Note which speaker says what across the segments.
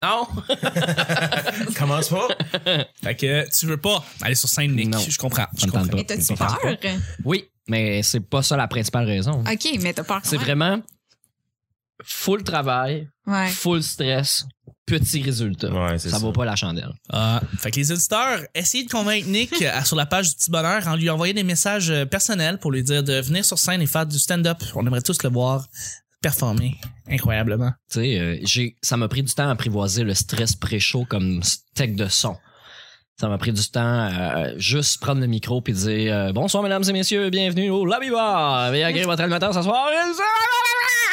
Speaker 1: Non!
Speaker 2: Commence pas. Fait que tu veux pas aller sur Saint-Nic.
Speaker 3: Non.
Speaker 2: Je comprends. Je
Speaker 3: Ça me tente
Speaker 2: comprends.
Speaker 3: pas.
Speaker 4: Mais t'as-tu
Speaker 3: Mais pas
Speaker 4: peur? Ah,
Speaker 3: Oui, mais c'est pas ça la principale raison.
Speaker 4: OK, mais t'as peur.
Speaker 3: C'est
Speaker 4: quand même.
Speaker 3: vraiment full travail,
Speaker 4: Ouais.
Speaker 3: full stress, petit résultat.
Speaker 5: Ouais, c'est
Speaker 3: ça, vaut pas la chandelle.
Speaker 2: Ah, fait que les auditeurs, essayez de convaincre Nick euh, sur la page du petit bonheur en lui envoyant des messages euh, personnels pour lui dire de venir sur scène et faire du stand-up. On aimerait tous le voir performer incroyablement.
Speaker 3: Tu sais, euh, j'ai- ça m'a pris du temps à apprivoiser le stress pré-show comme steak de son. Ça m'a pris du temps à juste prendre le micro puis dire euh, bonsoir mesdames et messieurs, bienvenue au Lobby Bar. Veuillez accueillir votre animateur ce soir.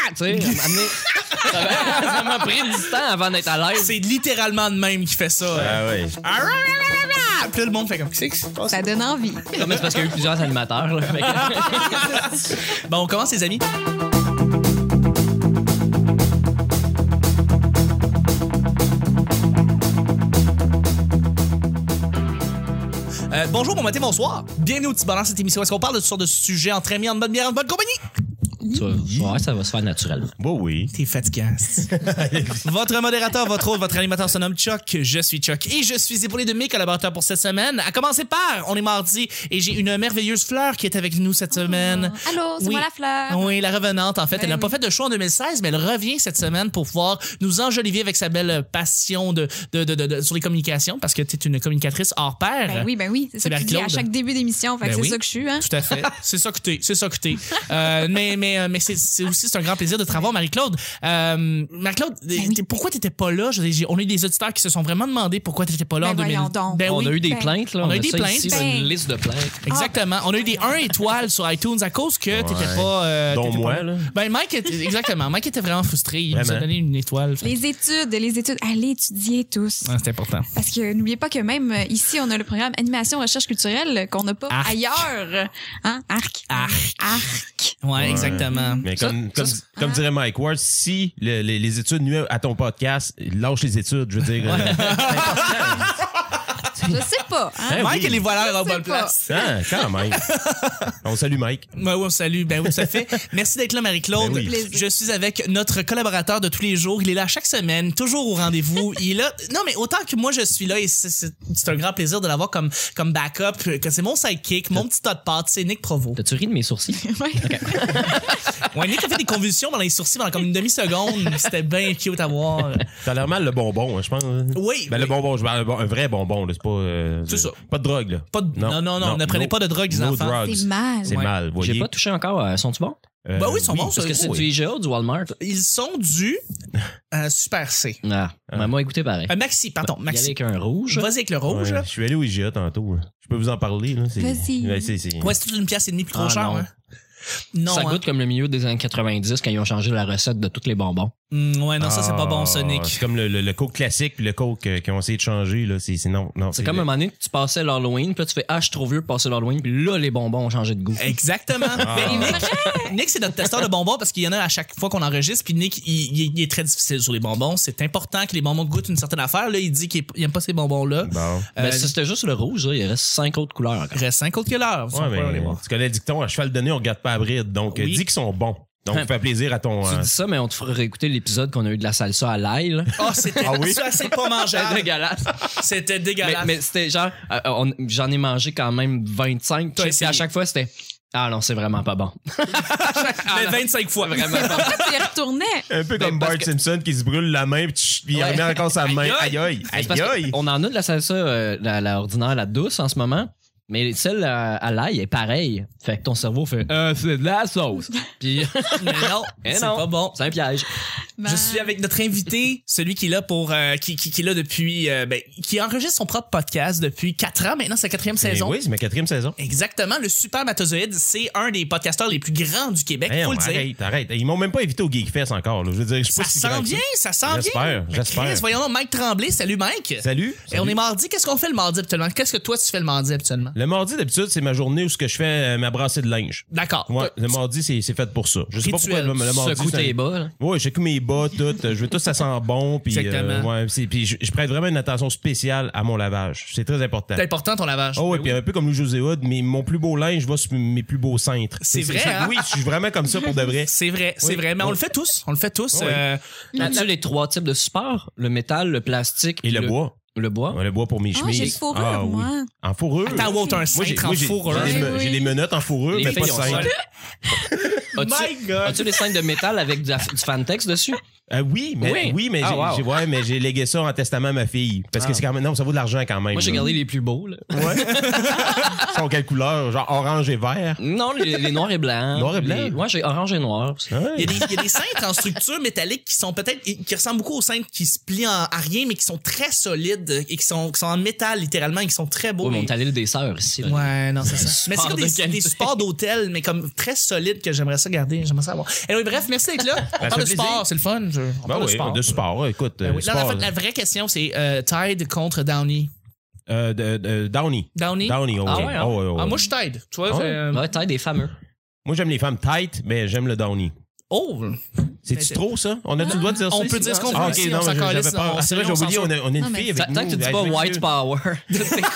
Speaker 3: Tu sais, amener- ça m'a- ça m'a pris du temps avant d'être à l'aise.
Speaker 2: C'est littéralement de même qui fait ça. hein.
Speaker 5: Ah oui.
Speaker 2: Ah, rah, rah, rah, rah. Puis le monde fait comme Qu'est-ce qui se passe?
Speaker 4: Ça Ben donne envie.
Speaker 3: Non, mais c'est parce qu'il y a eu plusieurs animateurs. là. Fait que-
Speaker 2: Bon, on commence les amis. Euh, bonjour, bon matin, bonsoir. Bienvenue au petit bonheur cette émission. Est-ce qu'on parle de toutes sortes de sujets entre amis, en bonne bière, en bonne compagnie?
Speaker 3: Tu vas- tu vas voir, ça va se faire naturellement.
Speaker 5: Bon, Bah oui.
Speaker 2: T'es fatigant. c'est- votre modérateur, votre hôte, votre animateur se nomme Chuck. Je suis Chuck et je suis épaulé de mes collaborateurs pour cette semaine. À commencer par, on est mardi et j'ai une merveilleuse fleur qui est avec nous cette semaine.
Speaker 4: Oh. Allô, c'est
Speaker 2: Oui.
Speaker 4: moi la fleur.
Speaker 2: Oui, la revenante, en fait. Elle n'a
Speaker 4: oui.
Speaker 2: pas fait de show en 2016, mais elle revient cette semaine pour pouvoir nous enjoliver avec sa belle passion de, de, de- de- de- sur les communications, parce que tu es une communicatrice hors pair.
Speaker 4: Ben oui, ben oui. C'est
Speaker 2: C'est
Speaker 4: ça que tu dis à
Speaker 2: Marie-Claude.
Speaker 4: chaque début d'émission. Fait que
Speaker 2: Ben
Speaker 4: c'est
Speaker 2: oui.
Speaker 4: ça que je suis, hein?
Speaker 2: Tout à fait. C'est ça que t'es. C'est ça que t'es. Euh, mais mais, euh, mais c'est c'est aussi c'est un grand plaisir de te revoir, Marie-Claude. Euh, Marie-Claude,
Speaker 4: Ben oui.
Speaker 2: t'es- pourquoi t'étais pas là? Je veux dire, j'ai- on a eu des auditeurs qui se sont vraiment demandé pourquoi t'étais pas là
Speaker 4: Ben
Speaker 2: en
Speaker 4: voyons
Speaker 2: 2000.
Speaker 4: donc.
Speaker 2: Ben
Speaker 3: on
Speaker 2: oui.
Speaker 3: a eu des
Speaker 4: ben,
Speaker 3: plaintes, là.
Speaker 2: on a eu des
Speaker 3: ça
Speaker 2: plaintes.
Speaker 3: ici,
Speaker 4: Ben.
Speaker 3: une liste de plaintes.
Speaker 2: Exactement. On a eu des 1 étoile sur iTunes à cause que t'étais
Speaker 5: Ouais.
Speaker 2: pas. Euh,
Speaker 5: Dont
Speaker 2: t'étais pas
Speaker 5: moi,
Speaker 2: là.
Speaker 5: là.
Speaker 2: Ben, Mike, était- exactement. Mike était vraiment frustré. Il nous a
Speaker 5: Vraiment.
Speaker 2: donné une étoile.
Speaker 4: Les études, les études. Allez étudier tous.
Speaker 2: Ouais, c'est important.
Speaker 4: Parce que n'oubliez pas que même euh, ici, on a le programme Animation Recherche Culturelle qu'on n'a pas
Speaker 2: Arc.
Speaker 4: ailleurs. Hein? Arc.
Speaker 2: Arc.
Speaker 4: Arc.
Speaker 2: Ouais, exactement.
Speaker 5: Mais
Speaker 3: Ça,
Speaker 5: comme,
Speaker 3: ça,
Speaker 5: comme,
Speaker 2: hein?
Speaker 5: comme dirait Mike Ward, si le- les, les études nuisent à ton podcast, lâche les études, je veux dire. euh,
Speaker 4: Je sais pas. Hein?
Speaker 5: Hein?
Speaker 2: Mike,
Speaker 5: oui.
Speaker 2: elle est voilà en
Speaker 4: Je sais
Speaker 2: bonne
Speaker 4: pas.
Speaker 2: place.
Speaker 5: hein, quand même. On salue Mike.
Speaker 2: Ben oui, on salue. Ben oui, tout à fait. Merci d'être là, Marie-Claude.
Speaker 5: Ben oui.
Speaker 4: Plaisir.
Speaker 2: Je suis avec notre collaborateur de tous les jours. Il est là chaque semaine, toujours au rendez-vous. Il est là. Non, mais autant que moi, je suis là et c'est- c'est c'est un grand plaisir de l'avoir comme, comme backup, que c'est mon sidekick, mon petit tas de pâtes, c'est Nick Provo.
Speaker 3: T'as-tu ri de mes sourcils?
Speaker 4: Ouais.
Speaker 2: Ouais, Nick a fait des convulsions dans les sourcils pendant comme une demi-seconde. C'était bien cute à voir.
Speaker 5: T'as l'air mal le bonbon, hein, je pense.
Speaker 2: Oui.
Speaker 5: Ben, le bonbon, je parle un bon- un vrai bonbon, là, c'est pas. euh,
Speaker 2: C'est ça.
Speaker 5: Pas de drogue, là.
Speaker 2: Pas de- non, non, non, ne prenez pas de drogue, les
Speaker 5: no
Speaker 2: enfants.
Speaker 5: drugs.
Speaker 4: C'est mal.
Speaker 5: C'est
Speaker 2: Ouais.
Speaker 5: mal, voyez.
Speaker 3: J'ai pas touché encore. euh, Sont-tu bons?
Speaker 5: Euh,
Speaker 2: Ben oui, ils sont bons,
Speaker 3: Parce
Speaker 2: ça,
Speaker 3: que c'est
Speaker 2: oui.
Speaker 3: du IGA ou du Walmart?
Speaker 2: Ils sont dus à Super C.
Speaker 3: Ah, maman a goûté pareil.
Speaker 2: Euh, Maxi, pardon,
Speaker 3: Il y allait
Speaker 2: Maxi.
Speaker 3: avec un rouge.
Speaker 2: Vas-y avec le rouge,
Speaker 5: Ouais,
Speaker 2: là.
Speaker 5: je suis allé au IGA tantôt. là. Je peux vous en parler. Là. c'est-
Speaker 4: Vas-y.
Speaker 5: Ouais, c'est- c'est-
Speaker 2: Ouais, c'est toute une pièce et demie plus trop
Speaker 3: Ah,
Speaker 2: cher,
Speaker 3: non.
Speaker 2: hein. Non,
Speaker 3: ça
Speaker 2: hein.
Speaker 3: goûte comme le milieu des années 90 quand ils ont changé la recette de tous les bonbons.
Speaker 2: Mm, ouais, non, ça, c'est pas bon,
Speaker 5: Ah,
Speaker 2: Sonic.
Speaker 5: C'est comme le, le, le Coke classique puis le Coke euh, qu'ils ont essayé de changer. Là. C'est, c'est non, non,
Speaker 3: C'est comme un moment donné que tu passais l'Halloween, puis là tu fais Ah, je suis trop vieux pour passer l'Halloween, puis là les bonbons ont changé de goût.
Speaker 2: Exactement. Ben, Nick, Nick, c'est notre testeur de bonbons parce qu'il y en a à chaque fois qu'on enregistre. Puis Nick, il, il- il est très difficile sur les bonbons. C'est important que les bonbons goûtent une certaine affaire. Là, il dit qu'il n'aime pas ces bonbons-là.
Speaker 5: Bon.
Speaker 2: Euh,
Speaker 3: Mais si Ben, c'était juste le rouge, là, il reste cinq autres couleurs encore.
Speaker 2: il reste 5 autres que l'heure.
Speaker 5: Ouais, mais, tu connais le dicton, à cheval donné, on regarde pas à bride. Donc,
Speaker 2: Oui.
Speaker 5: euh, dis qu'ils sont bons. Donc,
Speaker 3: Hein.
Speaker 5: fais plaisir à ton.
Speaker 3: Tu
Speaker 5: euh,
Speaker 3: dis ça, mais on te fera réécouter l'épisode qu'on a eu de la salsa à l'ail. là.
Speaker 2: Oh, c'était
Speaker 5: Ah oui?
Speaker 2: ça, c'est pas
Speaker 3: C'était
Speaker 2: mangeable.
Speaker 3: dégueulasse.
Speaker 2: C'était
Speaker 3: Mais,
Speaker 2: dégueulasse.
Speaker 3: mais c'était genre, euh, on- j'en ai mangé quand même 25.
Speaker 2: T'as
Speaker 3: chips,
Speaker 2: essayé.
Speaker 3: et à chaque fois, c'était Ah non, c'est vraiment pas bon.
Speaker 2: Mais 25 fois. Vraiment.
Speaker 4: Pourquoi tu y retournais?
Speaker 5: un peu
Speaker 2: Ben,
Speaker 5: comme
Speaker 3: parce
Speaker 5: Bart
Speaker 3: que-
Speaker 5: Simpson qui se brûle la main puis tch, puis il
Speaker 3: Ouais.
Speaker 5: remet encore sa main.
Speaker 2: Aïe,
Speaker 5: Aïe aïe.
Speaker 3: C'est
Speaker 5: Aïe
Speaker 3: parce que
Speaker 5: aïe.
Speaker 3: On en a de la salsa, euh, la, la ordinaire, la douce en ce moment. Mais celle à, à l'ail est pareille. Fait que ton cerveau fait euh, c'est de la sauce. Puis
Speaker 2: Mais non,
Speaker 3: Eh
Speaker 2: c'est
Speaker 3: non.
Speaker 2: pas bon.
Speaker 3: c'est un piège.
Speaker 4: Ben,
Speaker 2: Je suis avec notre invité, celui qui est là pour euh, qui, qui, qui est là depuis euh, ben, qui enregistre son propre podcast depuis 4 ans maintenant, sa quatrième
Speaker 5: Mais
Speaker 2: saison.
Speaker 5: Ben Oui, c'est ma quatrième saison.
Speaker 2: Exactement, le Supermatozoïde, c'est un des podcasteurs les plus grands du Québec,
Speaker 5: Hey,
Speaker 2: faut
Speaker 5: on-
Speaker 2: le dire.
Speaker 5: arrête, arrête. Ils m'ont même pas invité au Geek Fest encore. là. Je veux dire, je suis
Speaker 2: Ça
Speaker 5: pas si
Speaker 2: sent
Speaker 5: grand que ça.
Speaker 2: bien, ça sent bien.
Speaker 5: J'espère,
Speaker 2: Mais
Speaker 5: j'espère.
Speaker 2: Chris, voyons donc, Mike Tremblay, salut Mike.
Speaker 5: Salut.
Speaker 2: Et on
Speaker 5: Salut.
Speaker 2: est mardi, qu'est-ce qu'on fait le mardi habituellement? Qu'est-ce que toi tu fais le mardi habituellement?
Speaker 5: Le mardi, d'habitude, c'est ma journée où ce que je fais euh, ma brassée de linge.
Speaker 2: D'accord.
Speaker 5: Ouais, le mardi, c'est c'est fait pour ça. Je sais
Speaker 2: Rituel.
Speaker 5: pas pourquoi le, le mardi.
Speaker 3: Secoue
Speaker 5: c'est-
Speaker 3: tes bas, là.
Speaker 5: Oui, j'ai que mes bas, tout. euh, Je veux tout, ça sent bon. Puis,
Speaker 2: Exactement.
Speaker 5: euh, ouais, c'est- puis je, je prête vraiment une attention spéciale à mon lavage. C'est très important.
Speaker 2: C'est important ton lavage.
Speaker 5: Oh oui,
Speaker 2: Ben
Speaker 5: puis un peu comme le José Hood, mais mon plus beau linge va sur mes plus beaux cintres.
Speaker 2: C'est vrai,
Speaker 5: c'est-
Speaker 2: hein?
Speaker 5: Oui, je suis vraiment comme ça pour de vrai.
Speaker 2: C'est vrai, c'est vrai. Mais on le fait tous. On le fait tous.
Speaker 5: Oui.
Speaker 2: euh,
Speaker 3: As-tu les trois types de support? Le métal, le plastique
Speaker 5: Et le, bois.
Speaker 3: Le bois.
Speaker 5: Ouais, Le bois pour mes
Speaker 4: Ah, j'ai le
Speaker 5: chemises.
Speaker 4: fourrure,
Speaker 5: Ah oui.
Speaker 4: moi.
Speaker 5: En fourrure.
Speaker 2: Attends, wow, t'as un hein?
Speaker 5: Moi, j'ai
Speaker 2: cintre
Speaker 5: moi,
Speaker 2: en
Speaker 5: j'ai-
Speaker 2: fourrure.
Speaker 5: j'ai des me-
Speaker 4: Oui,
Speaker 5: J'ai
Speaker 4: oui.
Speaker 5: des menottes en fourrure,
Speaker 3: Les
Speaker 5: mais pas de
Speaker 3: filles ont
Speaker 5: cintre.
Speaker 3: ça. As-tu-
Speaker 2: My God!
Speaker 3: As-tu les scènes de métal avec du, du fantex dessus?
Speaker 5: Euh, oui, mais,
Speaker 3: Oui.
Speaker 5: oui. mais
Speaker 3: Ah,
Speaker 5: j'ai-
Speaker 3: wow.
Speaker 5: j'ai ouais, mais j'ai légué ça en testament à ma fille. Parce
Speaker 2: Ah.
Speaker 5: que c'est quand même. Non, ça vaut de l'argent quand même.
Speaker 3: Moi, j'ai
Speaker 5: là.
Speaker 3: gardé les plus beaux. là.
Speaker 5: Ouais. Ils sont quelle couleur? Genre orange et vert.
Speaker 3: Non, les, les noirs et blancs. Oh,
Speaker 5: Noir et blanc?
Speaker 3: Les- Moi, j'ai orange et noir.
Speaker 5: Ouais.
Speaker 2: Il y, a des, il y a des cintres en structure métallique qui sont peut-être qui ressemblent beaucoup aux cintres qui se plient en, à rien mais qui sont très solides et qui sont, qui sont en métal littéralement et qui sont très beaux.
Speaker 3: Oui, mais on est
Speaker 2: Mais-
Speaker 3: à l'île des sœurs ici. là.
Speaker 2: ouais, non, c'est ça.
Speaker 3: Support
Speaker 2: Mais c'est comme
Speaker 3: de
Speaker 2: des,
Speaker 3: qualité.
Speaker 2: des supports d'hôtel mais comme très solides que j'aimerais ça garder, j'aimerais ça avoir. Anyway, bref, merci d'être là. On parle
Speaker 5: fait
Speaker 2: de
Speaker 5: plaisir.
Speaker 2: sport, c'est le fun. je- on
Speaker 5: Ben
Speaker 2: parle
Speaker 5: oui,
Speaker 2: de sport.
Speaker 5: de sport. Écoute,
Speaker 2: Ben
Speaker 5: euh,
Speaker 2: oui. Là, en
Speaker 5: sport,
Speaker 2: fait, la vraie question c'est euh, Tide contre Downey.
Speaker 5: euh, de- de- Downey.
Speaker 2: Downey?
Speaker 5: Downey, oh,
Speaker 3: Ah
Speaker 5: oui.
Speaker 3: ouais, hein?
Speaker 5: Oh, oui, oh,
Speaker 2: Ah,
Speaker 5: oui.
Speaker 2: moi je suis Tide, tu vois.
Speaker 5: Ah ouais?
Speaker 2: euh,
Speaker 3: Ouais, taille des fameux.
Speaker 5: Moi, j'aime les femmes tight, mais j'aime le Downey.
Speaker 2: Oh,
Speaker 5: C'est-tu
Speaker 2: Mais-
Speaker 5: trop, ça? On a-tu le droit de dire ça?
Speaker 2: On
Speaker 5: ici?
Speaker 2: peut dire ce qu'on
Speaker 5: Ah,
Speaker 2: veut
Speaker 5: ok,
Speaker 2: ici,
Speaker 5: non,
Speaker 2: on s'en
Speaker 5: mais
Speaker 2: calisse,
Speaker 5: j'avais peur.
Speaker 2: on
Speaker 5: Ah, c'est vrai,
Speaker 2: sait,
Speaker 5: j'ai
Speaker 2: on
Speaker 5: oublié,
Speaker 2: s'en
Speaker 5: on a, on a une
Speaker 4: Non, mais
Speaker 5: fille
Speaker 3: Tant
Speaker 5: avec nous.
Speaker 3: tant que tu dis
Speaker 5: Hey,
Speaker 3: pas
Speaker 5: je
Speaker 3: white
Speaker 5: m'excuse.
Speaker 3: power.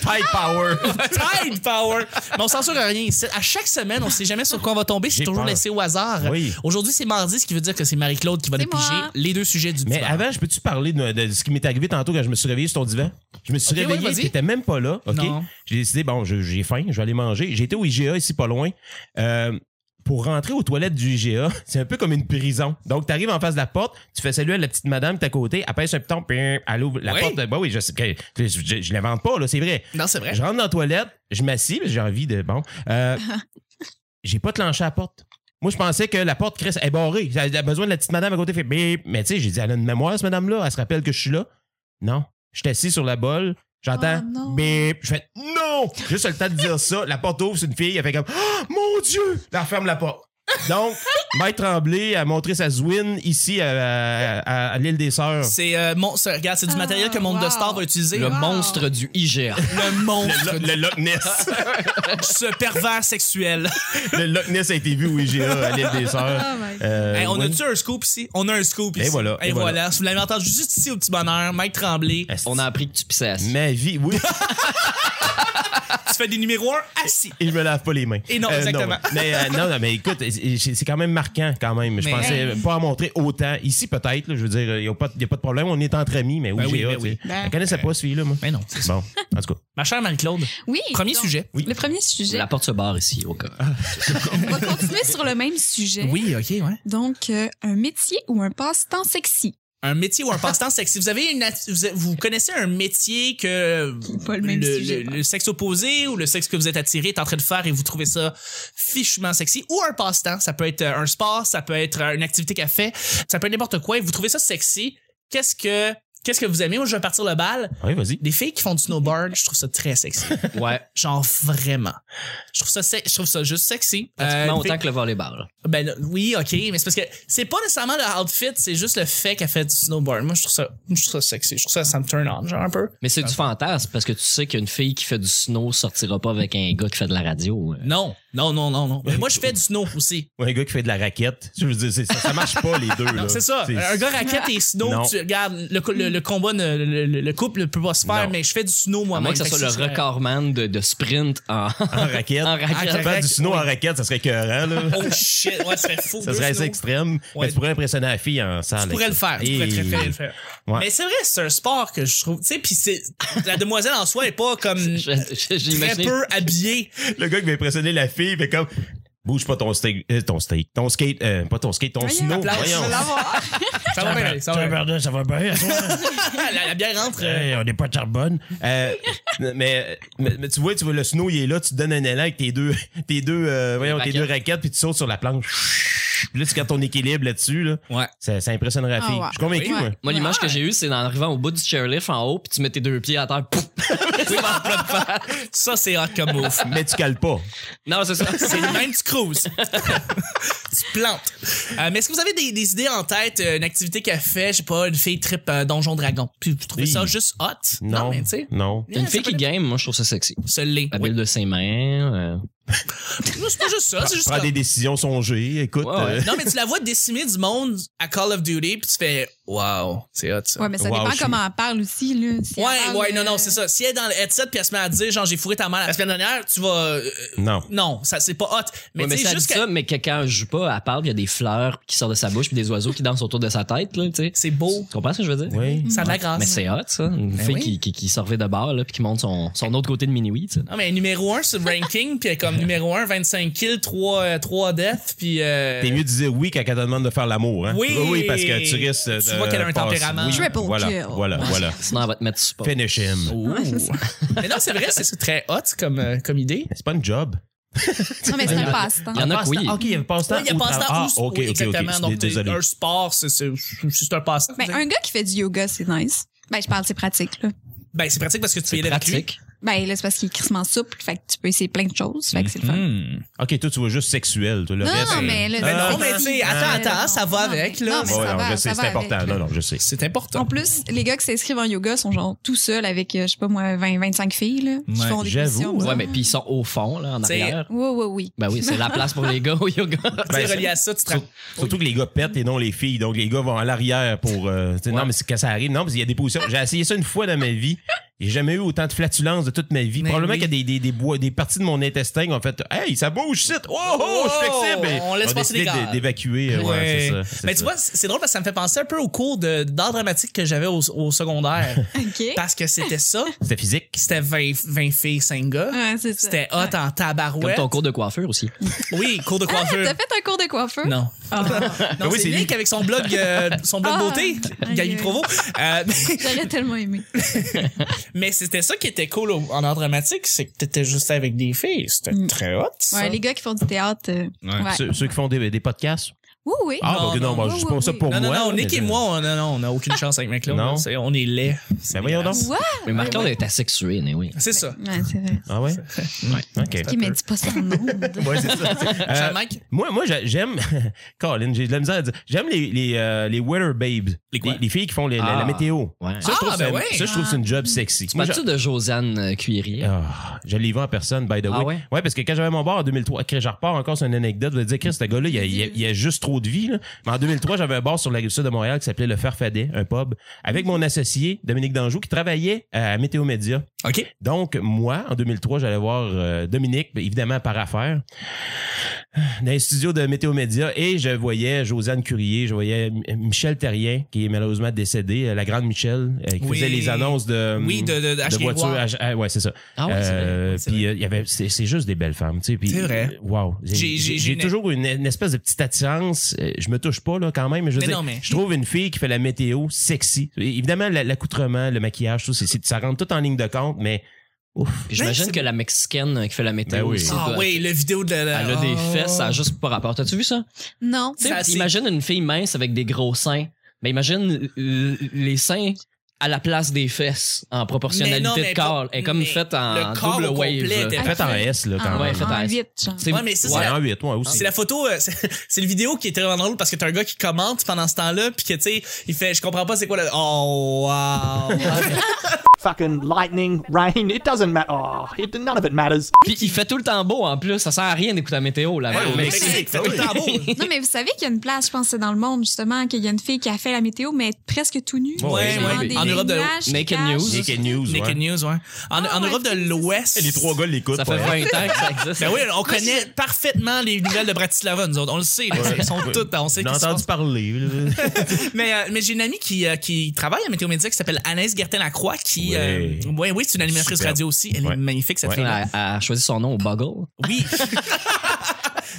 Speaker 5: Tight power.
Speaker 2: Tide Power. Mais on censure rien ici. À chaque semaine, on sait jamais sur quoi on va tomber. C'est
Speaker 5: J'ai
Speaker 2: toujours
Speaker 5: peur.
Speaker 2: laissé au hasard.
Speaker 5: Oui.
Speaker 2: Aujourd'hui, c'est mardi, ce qui veut dire que c'est Marie-Claude qui va nous
Speaker 4: C'est
Speaker 2: piger
Speaker 4: moi.
Speaker 2: les deux sujets du
Speaker 5: Mais
Speaker 2: divan.
Speaker 5: avant, je peux-tu parler de, de ce qui m'est arrivé tantôt quand je me suis réveillé sur ton divan? Je me suis
Speaker 2: Ok, ouais,
Speaker 5: réveillé,
Speaker 2: vas-y.
Speaker 5: t'étais même pas là, OK?
Speaker 2: Non.
Speaker 5: J'ai décidé, bon, je- j'ai faim, je vais aller manger. J'étais au IGA ici pas loin. Euh, pour rentrer aux toilettes du IGA, c'est un peu comme une prison. Donc, t'arrives en face de la porte, tu fais saluer à la petite madame qui est à côté, elle pèse un piton, puis elle ouvre la
Speaker 2: Oui.
Speaker 5: porte. Bah oui, je sais, que- je, je, je l'invente pas, là, c'est vrai.
Speaker 2: Non, c'est vrai.
Speaker 5: Je rentre dans la toilette, je m'assis, parce que j'ai envie de. Bon. Euh, j'ai pas clenché la porte. Moi, je pensais que la porte Chris, est barrée. Elle a besoin de la petite madame à côté. Fait bip. Mais tu sais, j'ai dit, elle a une mémoire, cette madame-là. Elle se rappelle que je suis là. Non. Je suis assis sur la bolle. J'entends
Speaker 4: Oh, non.
Speaker 5: bip. Je fais non. Juste le temps de dire ça. La porte ouvre, c'est une fille. Elle fait comme Ah, mon Dieu. Elle ferme la porte. Donc, Maître Tremblay a montré sa zwin ici à, à- à l'île des Sœurs.
Speaker 2: C'est euh, mon- ça, regarde, c'est du
Speaker 4: Ah,
Speaker 2: matériel que Monde de
Speaker 4: wow.
Speaker 2: Star va utiliser.
Speaker 3: Le
Speaker 2: Le,
Speaker 3: monstre du IGA.
Speaker 2: monstre,
Speaker 5: Le Loch Ness.
Speaker 2: ce pervers sexuel.
Speaker 5: Le Loch Ness a été vu au IGA à l'île des Sœurs.
Speaker 4: Oh my God.
Speaker 5: Euh,
Speaker 2: Hey, on
Speaker 5: oui.
Speaker 2: a-tu un scoop ici? On a un scoop
Speaker 5: Et
Speaker 2: ici.
Speaker 5: voilà,
Speaker 2: Et,
Speaker 5: et
Speaker 2: voilà.
Speaker 5: voilà.
Speaker 2: Si vous l'avez entendu juste ici au petit bonheur, Mike Tremblay,
Speaker 5: Est-ce
Speaker 3: On a appris que tu pissais assis.
Speaker 5: Ma vie, oui.
Speaker 2: tu fais des numéros 1 assis.
Speaker 5: Et je me lave pas les mains.
Speaker 2: Et non, exactement.
Speaker 5: non. Mais, euh, non, non, mais écoute, c'est c'est quand même marquant quand même. Je
Speaker 2: Mais-
Speaker 5: pensais pas en montrer autant. Ici, peut-être, là, je veux dire, il n'y a, pas de problème. On est entre amis, mais où
Speaker 2: Ben oui,
Speaker 5: j'ai
Speaker 2: ben oui.
Speaker 5: Elle connaissait pas ce fille-là, moi.
Speaker 2: Mais non.
Speaker 5: Bon, en tout cas.
Speaker 2: Ma chère Marie-Claude,
Speaker 4: Oui.
Speaker 2: premier
Speaker 4: donc,
Speaker 2: sujet.
Speaker 5: Oui.
Speaker 4: Le premier sujet.
Speaker 3: La porte se barre ici, au cas.
Speaker 4: On va continuer sur le même sujet.
Speaker 2: Oui, ok, ouais.
Speaker 4: Donc, euh, un métier ou un passe-temps sexy.
Speaker 2: un métier ou un passe-temps sexy. Vous avez une atti- vous, vous connaissez un métier que
Speaker 4: Pas le même sujet,
Speaker 2: le, le sexe opposé ou le sexe que vous êtes attiré est en train de faire et vous trouvez ça fichement sexy ou un passe-temps, ça peut être euh, un sport, ça peut être euh, une activité qu'elle fait, ça peut être n'importe quoi et vous trouvez ça sexy. Qu'est-ce que qu'est-ce que vous aimez Moi je vais partir le bal.
Speaker 5: Oui, vas-y.
Speaker 2: Des filles qui font du snowboard, je trouve ça très sexy.
Speaker 3: Ouais.
Speaker 2: Genre vraiment. Je trouve ça se- je trouve ça juste sexy. Euh,
Speaker 3: Pratiquement
Speaker 2: une fille-
Speaker 3: autant que le volleyball. là.
Speaker 2: ben là, oui, ok, mais c'est parce que c'est pas nécessairement le outfit, c'est juste le fait qu'elle fait du snowboard. Moi, je trouve ça, je trouve ça sexy. Je trouve ça, ça me turn on, genre un peu.
Speaker 3: Mais c'est du fantasme parce que tu sais qu'une fille qui fait du snow sortira pas avec un gars qui fait de la radio. euh.
Speaker 2: Non, non, non, non, non. Mais moi, je fais du snow aussi.
Speaker 5: Ou un gars qui fait de la raquette. Je veux dire, c'est- ça, ça marche pas, les deux. là.
Speaker 2: C'est ça.
Speaker 5: C'est-
Speaker 2: Un gars raquette et snow,
Speaker 5: Non.
Speaker 2: tu regardes, le, co- le, le combat, ne- le, le- le couple ne peut pas se faire,
Speaker 5: Non.
Speaker 2: mais je fais du snow
Speaker 3: À
Speaker 2: moi-même.
Speaker 3: moins que ce
Speaker 2: Fait
Speaker 3: soit le
Speaker 2: ça, je-
Speaker 3: recordman de, de sprint en,
Speaker 5: En raquette.
Speaker 3: en
Speaker 2: raquette.
Speaker 3: raquette.
Speaker 5: Faire du snow en raquette, ça serait écœurant, là.
Speaker 2: Oh shit, ouais, ça serait fou.
Speaker 5: Ça
Speaker 2: Deux
Speaker 5: serait
Speaker 2: snow.
Speaker 5: assez extrême.
Speaker 2: Ouais.
Speaker 5: Mais tu pourrais impressionner la fille en salle.
Speaker 2: Tu pourrais le faire. Tu pourrais très bien le faire.
Speaker 5: Ouais.
Speaker 2: Mais c'est vrai, c'est un sport que je trouve. Tu sais, puis c'est la demoiselle en soi est pas comme
Speaker 3: Je- je- J'ai
Speaker 2: très
Speaker 3: imaginé.
Speaker 2: peu habillée.
Speaker 5: Le gars qui va impressionner la fille, fait comme. Bouge pas ton steak, euh, ton steak, ton skate, euh, pas ton skate, ton
Speaker 4: Voyons.
Speaker 5: snow.
Speaker 2: Place.
Speaker 5: Voyons.
Speaker 2: Ça va bien, aller, ça va bien.
Speaker 5: ça va bien.
Speaker 2: La, la bière rentre. euh,
Speaker 5: Hey, on n'est pas de charbonne. Euh, mais, mais, mais tu vois, tu vois, le snow, il est là, tu te donnes un élan avec tes deux, tes deux, euh, voyons, tes
Speaker 3: raquettes.
Speaker 5: deux raquettes, puis tu sautes sur la planche. Puis là, tu gardes ton équilibre là-dessus, là.
Speaker 3: Ouais.
Speaker 5: Ça, ça impressionnerait la
Speaker 4: Ah,
Speaker 5: fille.
Speaker 4: ouais.
Speaker 5: Je suis convaincu,
Speaker 4: Ouais.
Speaker 5: moi.
Speaker 3: Moi, l'image que j'ai eue, c'est en arrivant au bout du chairlift en haut, puis tu mets tes deux pieds à terre. pouf!
Speaker 2: Ça, c'est hot comme move.
Speaker 5: hein. Mais tu cales pas.
Speaker 3: non, c'est ça.
Speaker 2: C'est le même tu cruises. tu plantes. Euh, mais est-ce que vous avez des, des idées en tête, euh, une activité qu'elle fait, je sais pas, une fille trip euh, Donjon Dragon? Puis vous trouvez
Speaker 5: Oui.
Speaker 2: ça juste hot?
Speaker 5: Non.
Speaker 2: mais tu sais,
Speaker 5: Non.
Speaker 3: T'as une fille qui game, moi, je trouve ça sexy.
Speaker 2: se l'est.
Speaker 3: La
Speaker 2: Oui.
Speaker 3: bille de ses mains. euh,
Speaker 2: Non, C'est pas juste ça, c'est juste
Speaker 5: Prends
Speaker 2: comme-
Speaker 5: des décisions songées. Écoute.
Speaker 3: Ouais, ouais.
Speaker 5: euh,
Speaker 2: Non, mais tu la vois décimer du monde à Call of Duty, puis tu fais « Wow, c'est hot, ça.
Speaker 4: Ouais, mais ça
Speaker 5: Wow,
Speaker 4: dépend
Speaker 5: je suis-
Speaker 4: comment elle parle aussi, là. Si elle
Speaker 2: Ouais,
Speaker 4: parle,
Speaker 2: ouais, non,
Speaker 4: euh,
Speaker 2: non, c'est ça. Si elle est dans le headset puis elle se met à dire, genre, j'ai fourré ta mère la semaine dernière, tu vas. euh,
Speaker 5: Non.
Speaker 2: non, ça, c'est pas hot. Mais
Speaker 3: ouais, mais
Speaker 2: tu sais,
Speaker 3: ça dit
Speaker 2: juste que.
Speaker 3: ça, mais que quand elle joue pas, elle parle, il y a des fleurs qui sortent de sa bouche, puis des oiseaux qui dansent autour de sa tête, là, tu sais.
Speaker 2: C'est beau.
Speaker 3: Tu comprends ce que je veux dire?
Speaker 5: Oui.
Speaker 2: Ça a de la grâce.
Speaker 3: Mais c'est hot, ça. Une
Speaker 2: Ben
Speaker 3: fille
Speaker 2: oui.
Speaker 3: qui, qui, qui sortait de bar, là, puis qui monte son, son autre côté de minuit, tu sais.
Speaker 2: Non, mais numéro 1 sur le ranking, puis comme numéro 1, 25 kills, 3, 3 deaths, puis. euh,
Speaker 5: T'es mieux de dire oui quand elle te demande de faire l'amour. Hein?
Speaker 2: Oui.
Speaker 5: oui, parce que tu risques de.
Speaker 2: Tu vois qu'elle a un
Speaker 5: passer.
Speaker 2: tempérament.
Speaker 5: Oui,
Speaker 4: Triple
Speaker 5: voilà,
Speaker 4: kill.
Speaker 5: Voilà, voilà.
Speaker 3: Sinon, elle va te mettre sur pas.
Speaker 5: Finish him.
Speaker 2: Ouh. mais non, c'est vrai, c'est c'est très hot comme, euh, comme idée.
Speaker 5: C'est pas une job.
Speaker 4: Non, mais c'est un passe-temps.
Speaker 3: Il y en a que oui.
Speaker 5: OK, il y a passe-temps.
Speaker 2: Ouais, il y a
Speaker 5: au
Speaker 2: passe-temps
Speaker 5: travail.
Speaker 2: ou-
Speaker 5: Ah, OK,
Speaker 2: oui,
Speaker 5: OK, OK.
Speaker 2: exactement. Donc, des-
Speaker 5: Désolé.
Speaker 2: un sport, c'est c'est- c'est un passe-temps.
Speaker 4: Ben, un gars qui fait du yoga, c'est nice. Ben, je parle, c'est pratique, là.
Speaker 2: Ben, c'est pratique parce que tu
Speaker 3: C'est
Speaker 2: es là avec lui.
Speaker 3: pratique.
Speaker 4: Ben, là, c'est parce qu'il est crissement souple, fait que tu peux essayer plein de choses, fait que c'est
Speaker 3: Mm-hmm.
Speaker 4: le fun.
Speaker 2: Hmm.
Speaker 5: OK, toi, tu vois juste sexuel. Toi, le
Speaker 4: Non,
Speaker 5: reste,
Speaker 4: non, mais là,
Speaker 2: Ben
Speaker 5: Ah,
Speaker 2: non,
Speaker 5: non,
Speaker 2: mais tu sais, attends, attends, ça va avec, là.
Speaker 4: Non, mais
Speaker 5: Ouais,
Speaker 4: ça
Speaker 5: non,
Speaker 4: va,
Speaker 5: je sais,
Speaker 4: ça
Speaker 5: c'est
Speaker 4: va
Speaker 5: important.
Speaker 4: avec.
Speaker 5: Non, non, je sais.
Speaker 2: C'est
Speaker 4: En
Speaker 2: important.
Speaker 4: plus, les gars qui s'inscrivent en yoga sont genre tout seuls avec, euh, je sais pas moi, 20, 25 filles, là, qui
Speaker 2: Ouais,
Speaker 4: font des
Speaker 5: j'avoue. hein.
Speaker 4: positions.
Speaker 3: Ouais, mais puis ils sont au fond, là, en
Speaker 2: C'est-
Speaker 3: arrière.
Speaker 4: Oui, oui, oui.
Speaker 3: Ben oui, c'est la place pour les gars au yoga.
Speaker 2: Tu sais,
Speaker 5: Ben,
Speaker 2: relié à ça, tu te
Speaker 5: Sur- Surtout que les gars pètent et non les filles. Donc, les gars vont à l'arrière pour. euh, tu sais, Non, mais c'est quand ça arrive. Non, parce qu'il y a des positions. J'ai essayé ça une fois dans ma vie. J'ai jamais eu autant de flatulences de toute ma vie.
Speaker 2: Mais
Speaker 5: Probablement
Speaker 2: oui.
Speaker 5: qu'il y a des, des, des, bois- des parties de mon intestin qui ont fait Hey, ça bouge, shit! Oh, oh, je suis flexible! Et
Speaker 2: On laisse passer
Speaker 5: décidé
Speaker 2: les gars.
Speaker 5: d'é- d'évacuer. euh, Ouais,
Speaker 2: Ouais.
Speaker 5: c'est ça. c'est
Speaker 2: Mais tu
Speaker 5: ça.
Speaker 2: vois, c'est c'est drôle parce que ça me fait penser un peu au cours de- d'art dramatique que j'avais au, au secondaire.
Speaker 4: OK.
Speaker 2: parce que c'était ça.
Speaker 5: c'était physique.
Speaker 2: C'était 20, 20 filles, 5 gars.
Speaker 4: Ouais, c'est ça.
Speaker 2: C'était hot en
Speaker 3: Comme
Speaker 2: tabarouette.
Speaker 3: ton cours de coiffure aussi.
Speaker 2: Oui, cours de coiffure.
Speaker 4: Ah, T'as fait un cours de coiffeur?
Speaker 2: non.
Speaker 4: Ah,
Speaker 2: Hein? Non,
Speaker 5: oui,
Speaker 2: c'est
Speaker 5: c'est lui.
Speaker 2: Nick avec son blog, euh, son blog
Speaker 4: Ah.
Speaker 2: beauté,
Speaker 4: Aïe,
Speaker 2: Gabi
Speaker 4: aïe.
Speaker 2: Provo. Euh, mais-
Speaker 4: J'aurais tellement aimé.
Speaker 2: mais c'était ça qui était cool au- en art dramatique, c'est que t'étais juste avec des filles. C'était
Speaker 4: Mm.
Speaker 2: très hot, ça.
Speaker 4: Ouais, les gars qui font du théâtre. euh,
Speaker 2: Ouais.
Speaker 4: ouais.
Speaker 5: Ceux, ceux qui font des, des podcasts.
Speaker 4: Oui, oui.
Speaker 5: Ah,
Speaker 2: Non,
Speaker 5: bah, non,
Speaker 2: non,
Speaker 5: bah,
Speaker 4: oui,
Speaker 5: je dis
Speaker 4: oui,
Speaker 5: pas ça
Speaker 4: oui.
Speaker 5: pour
Speaker 2: non,
Speaker 5: moi.
Speaker 2: non, non,
Speaker 5: mais-
Speaker 2: Nick et moi, on, non, non, on a aucune chance avec McLeod.
Speaker 5: Non.
Speaker 2: là. C'est- On est laid.
Speaker 5: Ben voyons donc.
Speaker 4: What?
Speaker 3: Mais Marc-Claude est asexué, mais oui.
Speaker 2: C'est ça.
Speaker 4: Ouais, c'est vrai.
Speaker 5: Ah ouais? OK.
Speaker 4: OK, mais dis pas son nom.
Speaker 5: Ouais, c'est ça. Euh,
Speaker 2: Jean Mike?
Speaker 5: Moi, moi j'a- j'aime. Colin, j'ai de la misère à dire. J'aime les, les, euh, les weather babes.
Speaker 2: Les quoi?
Speaker 5: filles qui font les- la, la
Speaker 3: Ah.
Speaker 5: météo.
Speaker 3: Ouais.
Speaker 2: Ah,
Speaker 5: Ça, je trouve,
Speaker 2: ben
Speaker 5: ça-
Speaker 2: ouais.
Speaker 5: ça, je trouve que c'est une job sexy.
Speaker 3: Tu
Speaker 5: Moi,
Speaker 3: parles-tu
Speaker 5: j'a-
Speaker 3: de Josiane euh, Cuirier?
Speaker 2: hein.
Speaker 5: Ah, je l'ai vu en personne, by the way.
Speaker 3: Ah ouais?
Speaker 5: parce que quand j'avais mon bar en 2003, Chris, je repars encore sur une anecdote. Je vais dire, Chris, ce gars-là, il y a, il y a- il y a juste trop de vie. là. Mais en 2003, j'avais un bar sur la rive sud de Montréal qui s'appelait Le Farfadet, un pub, avec mon associé, Dominique Danjou, qui travaillait à Météo Média.
Speaker 2: OK.
Speaker 5: Donc, moi, en 2003, j'allais voir euh, Dominique, bien évidemment par affaire, euh, dans les studios de Météo Média, et je voyais Josiane Curier, je voyais M- Michel Terrien, qui est malheureusement décédé, euh, la grande Michel, euh, qui
Speaker 2: Oui.
Speaker 5: faisait les annonces hum, de,
Speaker 2: Oui, de- de- de H.K.
Speaker 5: voitures.
Speaker 2: Roy.
Speaker 5: H- ah, ouais, c'est ça.
Speaker 3: Ah ouais, c'est vrai.
Speaker 5: Euh,
Speaker 2: c'est
Speaker 5: puis
Speaker 2: vrai.
Speaker 5: euh, il y avait, c'est c'est juste des belles femmes, tu sais. puis- euh,
Speaker 2: C'est vrai.
Speaker 5: Wow.
Speaker 2: J'ai-
Speaker 5: J'ai-
Speaker 2: j'ai-
Speaker 5: J'ai
Speaker 2: j'ai
Speaker 5: j'ai
Speaker 2: une-
Speaker 5: toujours une, une espèce de petite attirance. euh, Je me touche pas là quand même, mais je veux
Speaker 2: Mais
Speaker 5: dire,
Speaker 2: non, mais-
Speaker 5: je trouve une fille qui fait la météo sexy. Et Évidemment, la- l'accoutrement, le maquillage, tout, c'est- c'est- ça rentre tout en ligne de compte, mais ouf.
Speaker 3: Puis
Speaker 2: Ben,
Speaker 3: j'imagine
Speaker 2: c'est-
Speaker 3: que la Mexicaine euh, qui fait la météo
Speaker 5: Ben oui.
Speaker 3: aussi,
Speaker 2: Ah
Speaker 3: doit-
Speaker 2: oui, le vidéo de la.
Speaker 3: elle a des
Speaker 2: Oh.
Speaker 3: fesses, ça a juste pas rapport. T'as-tu vu ça?
Speaker 4: Non.
Speaker 3: Tu sais,
Speaker 2: Ça, c'est-
Speaker 3: imagine une fille mince avec des gros seins. Mais imagine euh, les seins à la place des fesses en proportionnalité
Speaker 2: Mais non, mais
Speaker 3: de corps.
Speaker 2: pas-
Speaker 3: Elle est comme
Speaker 2: mais
Speaker 3: faite en
Speaker 2: le corps
Speaker 3: double
Speaker 2: au
Speaker 3: wave.
Speaker 2: complet était-
Speaker 5: Elle fait en S là quand
Speaker 4: En,
Speaker 5: même. hein.
Speaker 3: fait
Speaker 4: en
Speaker 3: à-
Speaker 4: huit, genre.
Speaker 3: C'est-
Speaker 2: Ouais, mais ça, c'est
Speaker 5: Ouais,
Speaker 2: la-
Speaker 5: en 8, moi
Speaker 4: Hein?
Speaker 5: aussi.
Speaker 2: C'est la photo, euh, c'est c'est le vidéo qui est vraiment drôle parce que t'as un gars qui commente pendant ce temps-là, puis que tu sais, il fait, je comprends pas c'est quoi le. Oh, wow.
Speaker 1: fucking lightning, rain. It doesn't matter. Oh, it, none of it matters.
Speaker 3: Puis il fait tout le temps beau en plus. Ça sert à rien d'écouter la météo là.
Speaker 5: Ouais,
Speaker 3: au
Speaker 5: au
Speaker 2: Mais
Speaker 5: Mexique.
Speaker 2: c'est- c'est tout le temps beau.
Speaker 4: Non, mais vous savez qu'il y a une place, je pense, que c'est dans le monde, justement, qu'il y a une fille qui a fait la météo, mais presque tout nue.
Speaker 5: Ouais,
Speaker 4: Genre
Speaker 3: ouais,
Speaker 4: des-
Speaker 2: en
Speaker 4: des
Speaker 2: Europe de-
Speaker 4: nuages qui
Speaker 3: Naked
Speaker 4: cachent.
Speaker 3: News.
Speaker 5: Naked News. ouais.
Speaker 2: Naked News, ouais. En, en
Speaker 4: Ah ouais,
Speaker 2: Europe de
Speaker 4: c'est-
Speaker 2: l'Ouest.
Speaker 5: Les trois gars l'écoutent.
Speaker 3: Ça fait
Speaker 5: ouais.
Speaker 3: 20 ans que ça existe.
Speaker 2: Ben oui, on connaît parfaitement les nouvelles de Bratislava, nous autres. On le sait, là,
Speaker 5: Ouais.
Speaker 2: ils sont toutes, on sait
Speaker 5: On a
Speaker 2: qu'ils sont.
Speaker 5: entendu parler. là.
Speaker 2: Mais, euh, mais j'ai une amie qui, euh, qui travaille à Météo Média qui s'appelle Anaïs Gertin-Lacroix, qui.
Speaker 5: Ouais.
Speaker 2: euh, ouais, oui, c'est une animatrice
Speaker 5: Superbe.
Speaker 2: radio aussi. Elle est
Speaker 5: Ouais.
Speaker 2: magnifique, cette
Speaker 5: Ouais.
Speaker 2: fille-là.
Speaker 3: Elle a, elle a choisi son nom au Buggle.
Speaker 2: Oui.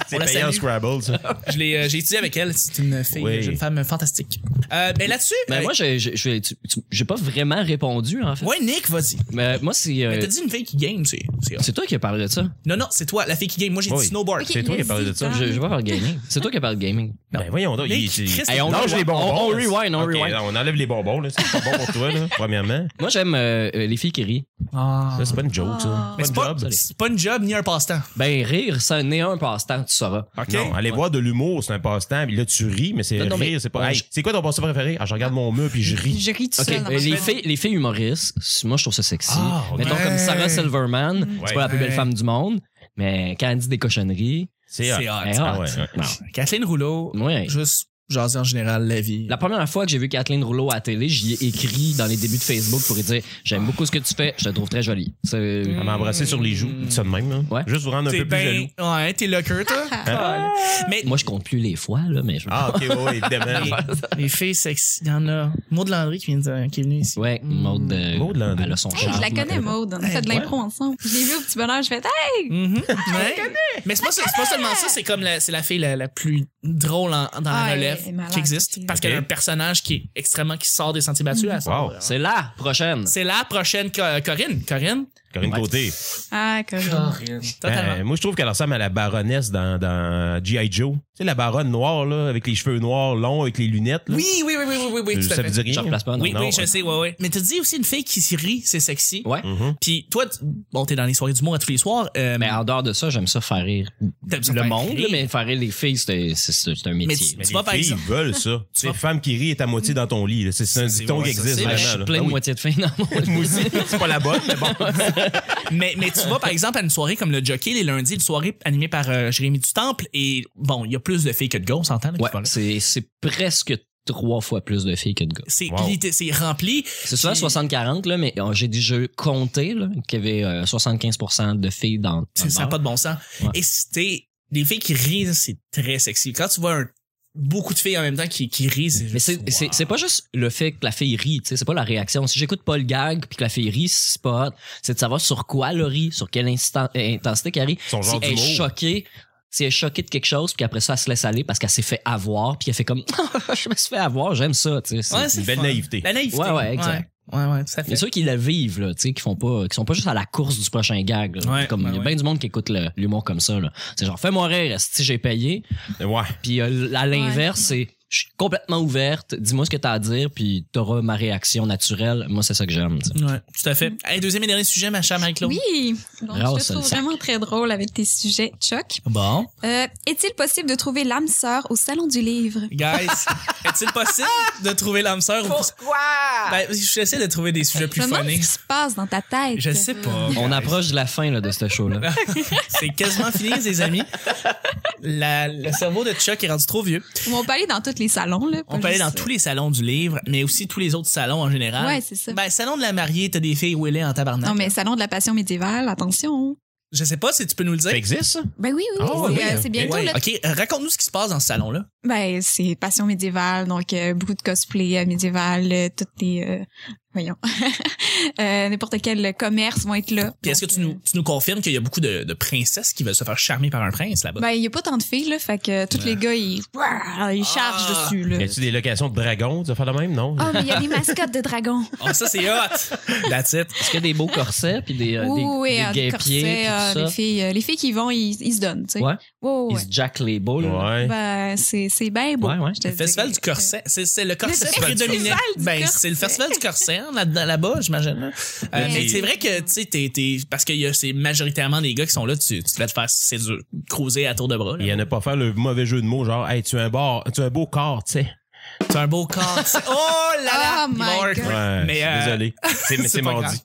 Speaker 5: C'est
Speaker 2: On la
Speaker 5: payant
Speaker 2: salue.
Speaker 5: Scrabble, ça.
Speaker 2: Je l'ai, euh, j'ai étudié avec elle. C'est une fille,
Speaker 5: Oui.
Speaker 2: j'ai une femme fantastique. Euh, mais là-dessus.
Speaker 3: Mais
Speaker 5: Ben
Speaker 2: euh,
Speaker 3: moi, j'ai- j'ai j'ai- tu- tu- j'ai pas vraiment répondu, en fait.
Speaker 2: Ouais, Nick, vas-y.
Speaker 3: Mais moi, c'est. euh,
Speaker 2: Mais T'as dit une fille qui game, c'est. c'est-
Speaker 3: c'est toi qui as parlé de ça.
Speaker 2: Non, non, c'est toi, la fille qui game. Moi, j'ai
Speaker 5: Oui.
Speaker 2: dit snowboard.
Speaker 4: Ok,
Speaker 5: C'est toi qui as parlé de ça.
Speaker 4: vas-y,
Speaker 3: Ah, Je, je vais faire gaming. C'est toi qui as parlé de gaming.
Speaker 5: Ben voyons donc.
Speaker 2: Mais
Speaker 5: il- il-
Speaker 2: Christ,
Speaker 5: Hey, on
Speaker 3: on
Speaker 5: lâche
Speaker 3: rewind,
Speaker 5: les bonbons.
Speaker 3: on- on
Speaker 5: là.
Speaker 3: rewind, on
Speaker 5: Ok,
Speaker 3: rewind.
Speaker 5: là, on enlève les bonbons, là. C'est pas bon pour toi, là, premièrement.
Speaker 3: Moi, j'aime euh, euh, les filles qui rient.
Speaker 2: Ah.
Speaker 5: Ça, c'est pas une joke, ça.
Speaker 4: Ah.
Speaker 2: Mais
Speaker 5: Pas
Speaker 2: c'est
Speaker 5: de
Speaker 2: pas,
Speaker 5: job.
Speaker 2: c'est pas une job ni un passe-temps.
Speaker 3: Ben, rire, ça n'est un passe-temps, tu sauras.
Speaker 5: OK. Non, aller voir de l'humour, c'est un passe-temps. Puis là, tu ris, mais c'est
Speaker 3: Non, non, mais-
Speaker 5: rire. C'est pas.
Speaker 3: Ouais,
Speaker 5: Hey,
Speaker 3: je-
Speaker 5: c'est quoi ton passe-temps préféré? Ah, je regarde mon mur puis je ris.
Speaker 4: Je ris tout
Speaker 3: OK,
Speaker 4: seul. dans
Speaker 3: mais
Speaker 4: ma
Speaker 3: les
Speaker 4: semaine.
Speaker 3: filles, les filles humoristes, c- moi, je trouve ça sexy.
Speaker 5: Ah, ouais.
Speaker 3: Mettons comme Sarah Silverman, c'est pas la plus belle
Speaker 2: Ouais.
Speaker 3: femme du monde, mais quand elle dit des cochonneries,
Speaker 5: C'est hot.
Speaker 2: hot.
Speaker 3: elle est
Speaker 5: Ah,
Speaker 3: hot.
Speaker 5: ouais, ouais.
Speaker 3: Non.
Speaker 2: Kathleen Rouleau,
Speaker 3: Ouais.
Speaker 2: juste jaser en général la vie.
Speaker 3: La première fois que j'ai vu Kathleen Rouleau à la télé, j'y ai écrit dans les débuts de Facebook pour lui dire J'aime beaucoup ce que tu fais, je te trouve très jolie. euh, C'est-
Speaker 5: Elle m'a embrassé sur les joues. Dites ça de même, là.
Speaker 3: Ouais.
Speaker 5: Juste vous rendre un
Speaker 2: T'es
Speaker 5: peu plus jaloux.
Speaker 2: ben, ouais, t'es locker, toi. mais
Speaker 4: Mm.
Speaker 3: Moi, je compte plus les fois, là, mais je.
Speaker 5: Ah, OK, ouais, ouais, évidemment.
Speaker 2: les filles sexy, il y en a. Maud Landry qui, vient de- qui est venue ici.
Speaker 3: Ouais, Maud. euh,
Speaker 5: Maud Landry.
Speaker 3: Elle a son
Speaker 4: Hey, je la connais, Maud. On a fait de
Speaker 5: Ouais.
Speaker 4: l'impro ensemble. Je l'ai vue au petit bonheur. Je fais Ah, Hey,
Speaker 2: Mhm. Ouais. Mais c'est pas, c'est pas seulement ça, c'est comme la, c'est la fille la, la plus drôle en- dans la
Speaker 4: Ah, elle
Speaker 2: relève
Speaker 4: est malade,
Speaker 2: qui existe
Speaker 4: cette
Speaker 2: parce
Speaker 5: fille.
Speaker 2: qu'elle a un personnage qui est extrêmement qui sort des sentiers
Speaker 4: Mhm.
Speaker 2: battus. elle sort.
Speaker 5: Wow.
Speaker 3: C'est la prochaine.
Speaker 2: C'est la prochaine Co- Corinne. Corinne.
Speaker 5: Corinne
Speaker 3: Ouais.
Speaker 5: Côté.
Speaker 4: Ah, correct.
Speaker 2: Corinne. Totalement.
Speaker 5: Ben, moi, je trouve qu'elle ressemble à la baronesse dans, dans G.I. Joe. Tu sais, la baronne noire, là, avec les cheveux noirs, longs, avec les lunettes. Là.
Speaker 2: oui, oui, oui, oui, oui, oui, oui, tout à
Speaker 5: ça veut
Speaker 2: fait.
Speaker 5: dire rien.
Speaker 3: Je replace pas, non.
Speaker 2: Oui,
Speaker 5: Non,
Speaker 2: oui,
Speaker 5: ouais.
Speaker 2: je sais, ouais, ouais. Mais t'as dit aussi une fille qui s'y rit, c'est sexy.
Speaker 3: Ouais.
Speaker 5: Mhm.
Speaker 2: Puis toi, tu- bon, t'es dans les soirées d'humour à tous les soirs. euh,
Speaker 3: Mais en dehors de ça, j'aime ça faire rire
Speaker 2: t'aimes ça
Speaker 3: le
Speaker 2: faire
Speaker 3: monde,
Speaker 2: rire.
Speaker 3: là, mais faire rire les filles, c'est c'est- c'est un métier.
Speaker 2: tu-
Speaker 5: Mais
Speaker 2: vois, par
Speaker 5: les filles,
Speaker 2: exemple-
Speaker 5: ils veulent ça. Tu sais, femme qui rit est à moitié dans ton lit. là. C'est c'est un
Speaker 2: C'est
Speaker 5: dicton
Speaker 2: vrai,
Speaker 5: qui
Speaker 2: ça,
Speaker 5: existe
Speaker 2: c'est
Speaker 3: Ouais,
Speaker 2: vrai,
Speaker 5: vraiment.
Speaker 3: je suis
Speaker 5: là.
Speaker 3: plein
Speaker 5: Ah
Speaker 3: de
Speaker 5: oui.
Speaker 3: moitié de filles dans mon
Speaker 5: Moi aussi, c'est pas la bonne, mais bon.
Speaker 2: Mais, mais tu vas, par exemple, à une soirée comme le Jockey, les lundis, une soirée animée par euh, Jérémy du Temple, et bon, il y a plus de filles que de gars, on s'entend? là, qui
Speaker 3: Ouais,
Speaker 2: vont là.
Speaker 3: c'est c'est presque trois fois plus de filles que de gars.
Speaker 2: C'est
Speaker 5: Wow.
Speaker 2: litté- c'est rempli.
Speaker 3: C'est souvent
Speaker 2: Puis-
Speaker 3: 60-40, là, mais euh, j'ai déjà compté là, qu'il y avait euh, 75% de filles dans, dans
Speaker 2: Ça
Speaker 3: le
Speaker 2: n'a
Speaker 3: bar.
Speaker 2: pas de bon sens.
Speaker 3: Ouais.
Speaker 2: Et si t'es- les filles qui rient, c'est très sexy. Quand tu vois un- beaucoup de filles en même temps qui, qui rient, c'est
Speaker 3: Mais
Speaker 2: juste,
Speaker 3: c'est c'est-
Speaker 2: wow.
Speaker 3: c'est pas juste le fait que la fille rit, tu sais, c'est pas la réaction. Si j'écoute pas le gag puis que la fille rit, c'est pas hot. C'est de savoir sur quoi elle rit, sur quelle instan- euh, intensité qu'elle rit.
Speaker 5: Son
Speaker 3: Si
Speaker 5: genre
Speaker 3: elle est
Speaker 5: d'humour.
Speaker 3: choquée, si elle est choquée de quelque chose puis qu'après ça elle se laisse aller parce qu'elle s'est fait avoir puis elle fait comme Ah, je me suis fait avoir, j'aime ça, tu sais. c'est-
Speaker 2: Ouais, c'est
Speaker 5: une belle
Speaker 2: fun.
Speaker 5: naïveté.
Speaker 2: La naïveté.
Speaker 3: Ouais, ouais, exact.
Speaker 2: Ouais, ouais, ouais, tout à
Speaker 3: Il y a
Speaker 2: fait.
Speaker 3: ceux qui la vivent, là, tu sais, qui font pas, qui sont pas juste à la course du prochain gag, là.
Speaker 2: Ouais,
Speaker 3: comme, il y a
Speaker 2: ouais,
Speaker 3: bien
Speaker 2: ouais.
Speaker 3: du monde qui écoute le- l'humour comme ça, là. C'est genre, fais-moi rire, si j'ai payé.
Speaker 5: Ouais.
Speaker 3: Puis, euh, à l'inverse, c'est, je suis complètement ouverte, dis-moi ce que t'as à dire, puis t'auras ma réaction naturelle. Moi, c'est ça que j'aime, tu sais.
Speaker 2: Ouais, tout à fait. Hey, deuxième et dernier sujet, ma chère Marie-Claude.
Speaker 4: Oui, Donc,
Speaker 3: Rase
Speaker 4: je te
Speaker 3: le
Speaker 4: trouve
Speaker 3: sac.
Speaker 4: vraiment très drôle avec tes sujets, Chuck.
Speaker 2: Bon.
Speaker 4: Euh, Est-il possible de trouver l'âme sœur au salon du livre?
Speaker 2: Guys, est-il possible de trouver l'âme sœur? Pourquoi? Ben, j'essaie de trouver des sujets
Speaker 4: Ben, Je
Speaker 2: plus
Speaker 4: me demande ce
Speaker 2: funnés.
Speaker 4: qui se passe dans ta tête.
Speaker 2: Je sais pas.
Speaker 3: On
Speaker 2: guys.
Speaker 3: approche de la fin, là, de ce show-là.
Speaker 2: C'est quasiment fini, les amis. La- le cerveau de Chuck est rendu trop vieux.
Speaker 4: On peut aller dans tous les salons. Là,
Speaker 2: On peut aller dans tous les salons du livre, mais aussi tous les autres salons en général.
Speaker 4: euh, Ouais, c'est ça.
Speaker 2: Ben, salon de la mariée, t'as des filles est en tabarnak.
Speaker 4: Non, mais salon de la passion médiévale, attention.
Speaker 2: Je sais pas si tu peux nous le dire.
Speaker 5: Ça existe, ça?
Speaker 4: Ben oui, oui,
Speaker 5: Ah,
Speaker 4: c'est
Speaker 5: oui,
Speaker 4: euh,
Speaker 5: ok.
Speaker 4: c'est bientôt.
Speaker 5: Ouais.
Speaker 4: là.
Speaker 2: OK, euh, raconte-nous ce qui se passe dans ce salon-là.
Speaker 4: Ben, c'est passion médiévale, donc euh, beaucoup de cosplay euh, médiéval, euh, toutes les... euh, voyons. Euh, N'importe quel commerce vont être là.
Speaker 2: Puis est-ce que
Speaker 4: Donc, euh,
Speaker 2: tu nous, tu nous confirmes qu'il y a beaucoup de, de princesses qui veulent se faire charmer par un prince là-bas?
Speaker 4: Ben, il n'y a pas tant de filles, là. Fait que tous les gars, ils, Ouah, ils chargent
Speaker 2: Euh. Ah.
Speaker 4: dessus, là.
Speaker 5: Y a-tu des locations de dragons? Tu vas faire de même? Non?
Speaker 4: Ah, mais il y a des mascottes de dragons.
Speaker 2: Ah, ça, c'est hot! That's it.
Speaker 3: Est-ce qu'il y a des beaux corsets, puis des, euh,
Speaker 4: oui,
Speaker 3: des,
Speaker 4: oui,
Speaker 3: des
Speaker 4: euh, des
Speaker 3: guêpiers,
Speaker 4: corsets,
Speaker 3: puis
Speaker 4: euh,
Speaker 3: tout
Speaker 4: les,
Speaker 3: ça?
Speaker 4: filles, euh, les filles qui vont, ils, ils se donnent, tu sais.
Speaker 3: Ouais.
Speaker 4: Ouais, ouais,
Speaker 3: Ils
Speaker 4: ouais.
Speaker 3: se jackent les boules.
Speaker 5: Ouais.
Speaker 4: Ben, c'est, c'est bien beau.
Speaker 3: Ouais, ouais.
Speaker 4: je te
Speaker 2: Le festival
Speaker 4: dirais.
Speaker 2: du corset. C'est, c'est le corset
Speaker 4: festival du
Speaker 2: prédominant.
Speaker 4: corset.
Speaker 2: Ben, c'est le festival du corset hein, là-dedans- là-bas, j'imagine. là. Euh,
Speaker 4: Mais-
Speaker 2: mais c'est vrai que, tu sais, t'es, t'es- parce qu'il y a c'est majoritairement des gars qui sont là, tu, tu vas te faire séduire, croiser à tour de bras. là.
Speaker 5: Il y en a pas faire le mauvais jeu de mots, genre, hey, tu as un, bar, tu as un beau corps, tu sais.
Speaker 2: T'as un beau corps. tu sais. Oh là là!
Speaker 4: Oh my
Speaker 2: Mark.
Speaker 4: God.
Speaker 5: Ouais,
Speaker 2: Mais,
Speaker 5: mais
Speaker 2: euh,
Speaker 5: désolé. C'est
Speaker 2: c'est
Speaker 5: c'est
Speaker 2: pas
Speaker 5: mardi.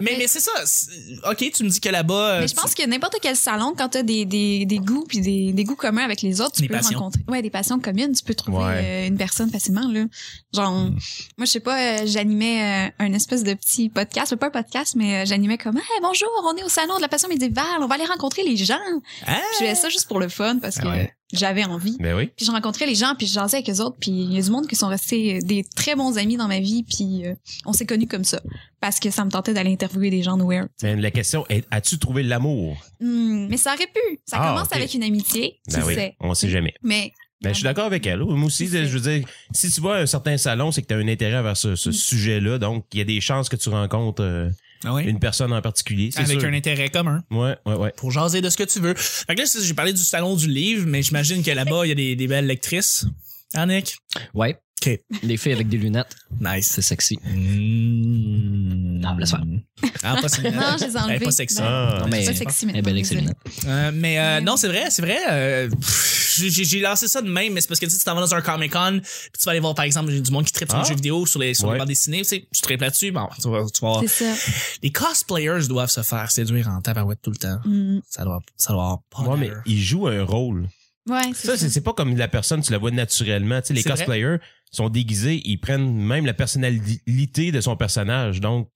Speaker 2: Mais, mais c'est ça. c'est- OK, tu me dis que là-bas. euh,
Speaker 4: Mais je pense que n'importe quel salon, quand t'as des, des, des goûts puis des, des goûts communs avec les autres, tu
Speaker 2: Des
Speaker 4: peux
Speaker 2: passions.
Speaker 4: rencontrer. Ouais, des passions communes, tu peux trouver
Speaker 5: Ouais.
Speaker 4: euh, une personne facilement là. Genre, moi je sais pas, euh, j'animais euh, un espèce de petit podcast, pas un podcast, mais euh, j'animais comme, hey, bonjour, on est au salon de la passion médiévale, on va aller rencontrer les gens.
Speaker 2: Ah!
Speaker 4: Puis Je faisais ça juste pour le fun parce que
Speaker 3: Ah ouais.
Speaker 4: j'avais envie.
Speaker 5: Ben oui.
Speaker 4: Puis je rencontrais les gens, puis je jasais avec eux autres, puis il y a du monde qui sont restés euh, des très bons amis dans ma vie, puis euh, on s'est connus comme ça. Parce que ça me tentait d'aller interviewer des gens de Weird.
Speaker 5: Mais la question est, as-tu trouvé l'amour?
Speaker 4: Hmm, mais ça aurait pu. Ça
Speaker 5: Ah,
Speaker 4: commence
Speaker 5: ok.
Speaker 4: avec une amitié, tu
Speaker 5: Ben oui,
Speaker 4: sais.
Speaker 5: on sait jamais.
Speaker 4: Mais
Speaker 5: Ben, je suis d'accord avec elle. Moi aussi, je veux dire, si tu vas à un certain salon, c'est que tu as un intérêt vers ce, ce
Speaker 2: Hmm.
Speaker 4: Mm.
Speaker 5: sujet-là. Donc, il y a des chances que tu rencontres euh,
Speaker 2: Ah ouais?
Speaker 5: une personne en particulier. c'est
Speaker 2: Avec
Speaker 5: sûr.
Speaker 2: un intérêt commun.
Speaker 5: Ouais, ouais, ouais.
Speaker 2: Pour jaser de ce que tu veux. Fait que là, c'est- j'ai parlé du salon du livre, mais j'imagine que là-bas, il y a des, des belles lectrices. Hein, Annick?
Speaker 3: Ouais.
Speaker 2: OK.
Speaker 3: Les filles avec des lunettes,
Speaker 2: Nice.
Speaker 3: c'est sexy.
Speaker 2: Non,
Speaker 5: Hmm.
Speaker 3: Non, laisse faire.
Speaker 2: Ah, pas sexy.
Speaker 4: non, je les ai
Speaker 2: Elle est
Speaker 4: enlevés.
Speaker 2: pas sexy. hein.
Speaker 4: Ben,
Speaker 5: Ah,
Speaker 3: Non, mais
Speaker 4: c'est pas sexy, mais
Speaker 3: elle est belle avec ses
Speaker 4: désolée.
Speaker 3: lunettes.
Speaker 2: Euh, mais euh,
Speaker 4: Ouais.
Speaker 2: non, c'est vrai, c'est vrai. euh, pff, j'ai j'ai lancé ça de même, mais c'est parce que tu sais, tu t'en vas dans un Comic Con, puis tu vas aller voir par exemple du monde qui tripe sur
Speaker 5: Ah.
Speaker 2: les jeux vidéo, sur les sur
Speaker 5: Ouais.
Speaker 2: les bandes dessinées, tu sais, tu tripes là-dessus, bon, tu vas, tu vas voir.
Speaker 4: C'est ça.
Speaker 2: Les cosplayers doivent se faire séduire en tabarouette tout le temps.
Speaker 4: Hmm,
Speaker 2: Ça doit, ça doit avoir pas
Speaker 5: Ouais, mais
Speaker 2: d'allure.
Speaker 5: il joue un rôle.
Speaker 4: Ouais, c'est
Speaker 5: Ça, c'est c'est pas comme la personne, tu la vois naturellement. Tu sais, les
Speaker 2: C'est vrai.
Speaker 5: cosplayers sont déguisés, ils prennent même la personnalité de son personnage. Donc,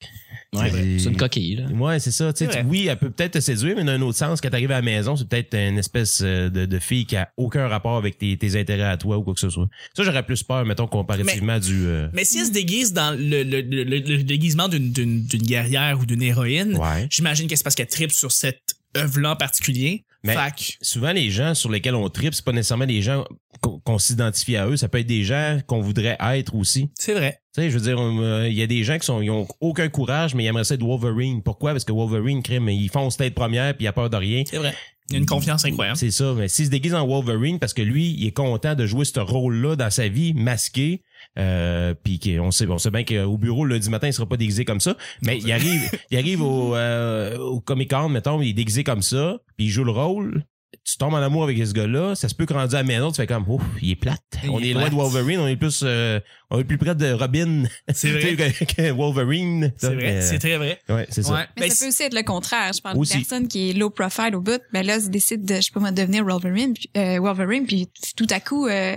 Speaker 3: Ouais,
Speaker 5: vrai.
Speaker 3: c'est une coquille, là.
Speaker 5: Hein? ouais, c'est ça. tu sais,
Speaker 2: C'est
Speaker 5: tu-
Speaker 2: vrai.
Speaker 5: oui, elle peut peut-être te séduire, mais dans un autre sens, quand t'arrives à la maison, c'est peut-être une espèce euh, de, de fille qui a aucun rapport avec tes, tes intérêts à toi ou quoi que ce soit. Ça, j'aurais plus peur, mettons, comparativement du... euh,
Speaker 2: Mais si elle se déguise dans le, le, le, le- le déguisement d'une- d'une d'une guerrière ou d'une héroïne,
Speaker 5: Ouais.
Speaker 2: j'imagine que c'est parce qu'elle tripe sur cette œuvre-là en particulier.
Speaker 5: Mais-
Speaker 2: Fac.
Speaker 5: Souvent, les gens sur lesquels on tripe, c'est pas nécessairement des gens qu'on qu'on s'identifie à eux. Ça peut être des gens qu'on voudrait être aussi.
Speaker 2: C'est vrai.
Speaker 5: Tu sais, je veux dire, on, euh, il y a des gens qui sont, ils ont aucun courage, mais ils aimeraient ça être Wolverine. Pourquoi? Parce que Wolverine, crime, il fonce tête première puis il a peur de rien.
Speaker 2: C'est vrai. Il y a une confiance incroyable.
Speaker 5: C'est ça, mais s'il se déguise en Wolverine parce que lui, il est content de jouer ce rôle-là dans sa vie, masqué, euh, puis qu'on sait, on sait bien qu'au bureau, le lundi matin, il sera pas déguisé comme ça, mais il arrive, il arrive au, euh, au Comic-Con, mettons, il est déguisé comme ça, puis il joue le rôle, tu tombes en amour avec ce gars-là, ça se peut que rendu à la maison, tu fais comme, oh, il est plate.
Speaker 2: Il
Speaker 5: on
Speaker 2: est
Speaker 5: est loin
Speaker 2: plate.
Speaker 5: de Wolverine, on est plus, euh, on est plus près de Robin
Speaker 2: C'est vrai.
Speaker 5: que, que Wolverine.
Speaker 2: C'est vrai.
Speaker 5: Euh,
Speaker 2: C'est très vrai.
Speaker 5: ouais, c'est ça.
Speaker 2: Ouais.
Speaker 4: Mais
Speaker 2: Ben,
Speaker 4: ça peut aussi être le contraire. Je parle
Speaker 5: Aussi.
Speaker 4: de personne qui est low profile au bout, ben là, se décide de, je sais pas moi, devenir Wolverine, puis, euh, Wolverine, puis tout à coup, euh,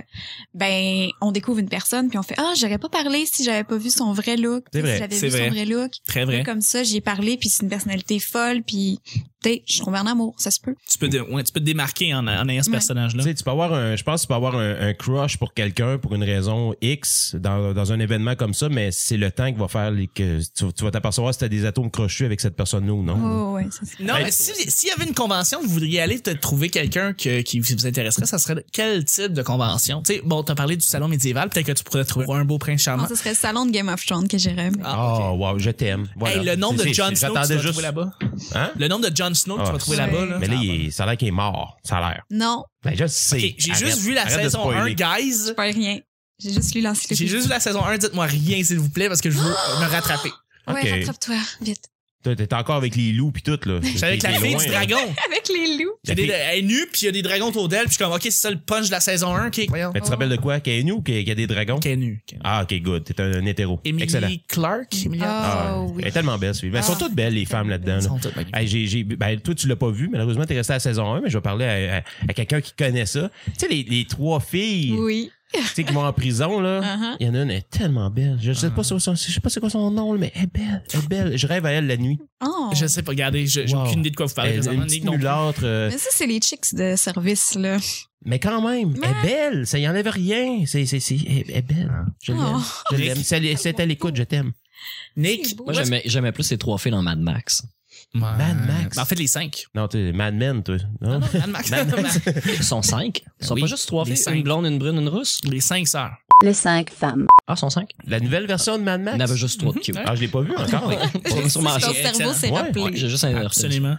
Speaker 4: ben, on découvre une personne, puis on fait, ah, j'aurais pas parlé si j'avais pas vu son vrai look,
Speaker 5: C'est vrai,
Speaker 4: si j'avais
Speaker 2: c'est
Speaker 4: vu
Speaker 2: vrai.
Speaker 4: son vrai look.
Speaker 2: Très vrai.
Speaker 4: Comme ça, j'y ai parlé, puis c'est une personnalité folle, puis peut-être je suis tombée en amour, ça se peut.
Speaker 2: Tu peux, dé- ouais, tu peux te démarquer en, en ayant ce
Speaker 4: Ouais.
Speaker 2: personnage-là.
Speaker 5: Tu sais, tu peux avoir un, je pense, que tu peux avoir un, un crush pour quelqu'un pour une raison X dans, dans un événement comme ça, mais c'est le temps qui va faire les- que tu, tu vas t'apercevoir si t'as des atomes crochus avec cette personne-là ou non.
Speaker 4: Oh, ouais, ça se
Speaker 2: Non,
Speaker 5: Hey.
Speaker 2: mais si- s'il y avait une convention, vous voudriez aller te trouver quelqu'un que- qui vous intéresserait, ça serait quel type de convention? Tu sais, bon, t'as parlé du salon médiéval, peut-être que tu pourrais trouver un beau prince charmant.
Speaker 4: Non, ce serait le salon de Game of Thrones que j'irais. aimer.
Speaker 2: Ah, ok.
Speaker 5: Oh, wow, je t'aime. Voilà.
Speaker 2: Hey, le nombre de
Speaker 5: C'est-
Speaker 2: Jon
Speaker 5: c'est-
Speaker 2: Snow que tu vas
Speaker 5: j'attendais
Speaker 2: trouver là-bas.
Speaker 5: Hein?
Speaker 2: Le nombre de Jon Snow que tu
Speaker 5: Ah,
Speaker 2: vas trouver
Speaker 4: c'est-
Speaker 2: là-bas. Là.
Speaker 5: Mais là, il est- ça a l'air qu'il est mort. Ça a l'air.
Speaker 4: Non,
Speaker 5: Ben, je sais.
Speaker 2: Ok, J'ai
Speaker 5: Arrête-
Speaker 2: juste vu la
Speaker 5: arrête de
Speaker 2: saison
Speaker 5: spoiler.
Speaker 2: 1, guys.
Speaker 4: je parle rien. J'ai juste lu l'encyclopédie.
Speaker 2: J'ai juste vu la saison 1, dites-moi rien, s'il vous plaît, parce que je veux me rattraper.
Speaker 4: Ouais,
Speaker 5: Ok.
Speaker 4: rattrape-toi, vite.
Speaker 5: Toi, T'es encore avec les loups pis tout, là.
Speaker 2: J'étais avec la
Speaker 5: T'es
Speaker 2: fille
Speaker 5: loin,
Speaker 2: du
Speaker 5: là.
Speaker 2: dragon.
Speaker 4: Avec les loups.
Speaker 5: La
Speaker 2: Elle est-
Speaker 5: fille-
Speaker 2: elle est nue, puis il y a des dragons autour d'elle, puis je suis comme, ok, c'est ça le punch de la saison 1, ok. Voyons.
Speaker 5: Mais tu te rappelles de quoi? Qu'il y a une ou qu'il y a des dragons?
Speaker 2: Ok, nue.
Speaker 5: Ah, ok, good. T'es un, un hétéro.
Speaker 2: Emily
Speaker 5: Excellent.
Speaker 2: Clark. Emilia-
Speaker 5: Ah,
Speaker 4: Oh, oui.
Speaker 5: Elle est tellement belle, celui-là. Elles
Speaker 4: Ah.
Speaker 5: sont toutes belles, les femmes là-dedans. là.
Speaker 2: Elles sont toutes magnifiques.
Speaker 5: Hey, j'ai, j'ai- ben, toi, tu l'as pas vu. Malheureusement, tu es resté à la saison 1, mais je vais parler à, à- à quelqu'un qui connaît ça. Tu sais, les, les trois filles
Speaker 4: Oui.
Speaker 5: tu sais, qui vont en prison, là.
Speaker 4: Uh-huh. Ah.
Speaker 5: Il y en a une, elle est tellement belle. Je sais pas, son- son- je sais pas c'est quoi son nom, là, mais elle est belle. Elle est belle. Je rêve à elle la nuit.
Speaker 4: Oh.
Speaker 2: Je sais pas, regardez, je- j'ai
Speaker 5: Wow.
Speaker 2: aucune idée de quoi vous parlez
Speaker 5: Elle, est
Speaker 2: présentement,
Speaker 5: une petite
Speaker 2: Nick, non plus.
Speaker 5: mulâtre, euh,
Speaker 4: Mais ça, c'est les chicks de service, là.
Speaker 5: mais quand même, elle est belle. Ça y enlève rien. C'est, c'est, c'est, elle elle est belle. Je l'aime.
Speaker 4: Oh.
Speaker 5: Je l'aime. Si elle, si elle est à l'écoute, je t'aime.
Speaker 2: Nick,
Speaker 3: Moi, j'aimais, j'aimais plus les trois filles dans Mad Max.
Speaker 5: Mad Max.
Speaker 2: Ben, en fait, les cinq.
Speaker 5: Non, t'es Mad Men, toi.
Speaker 4: Ah
Speaker 2: Non,
Speaker 5: Non?
Speaker 2: Mad Max.
Speaker 5: Mad Max.
Speaker 3: Ils sont cinq. Ils sont
Speaker 2: Ben Oui,
Speaker 3: pas juste trois
Speaker 2: les
Speaker 3: filles,
Speaker 2: cinq.
Speaker 3: une blonde, une brune, une russe.
Speaker 2: les cinq sœurs.
Speaker 6: Les cinq femmes.
Speaker 3: Ah, ils sont cinq.
Speaker 5: La nouvelle version de Mad
Speaker 3: Il y
Speaker 5: Max?
Speaker 3: en avait juste trois de cute.
Speaker 5: Ah, je l'ai pas vu encore.
Speaker 3: Ils sont sûrement
Speaker 4: Ton
Speaker 3: cinq.
Speaker 2: Ah, Excellent.
Speaker 4: cerveau s'est
Speaker 5: Ouais,
Speaker 4: rappelé.
Speaker 3: Ouais, J'ai juste un
Speaker 2: Absolument.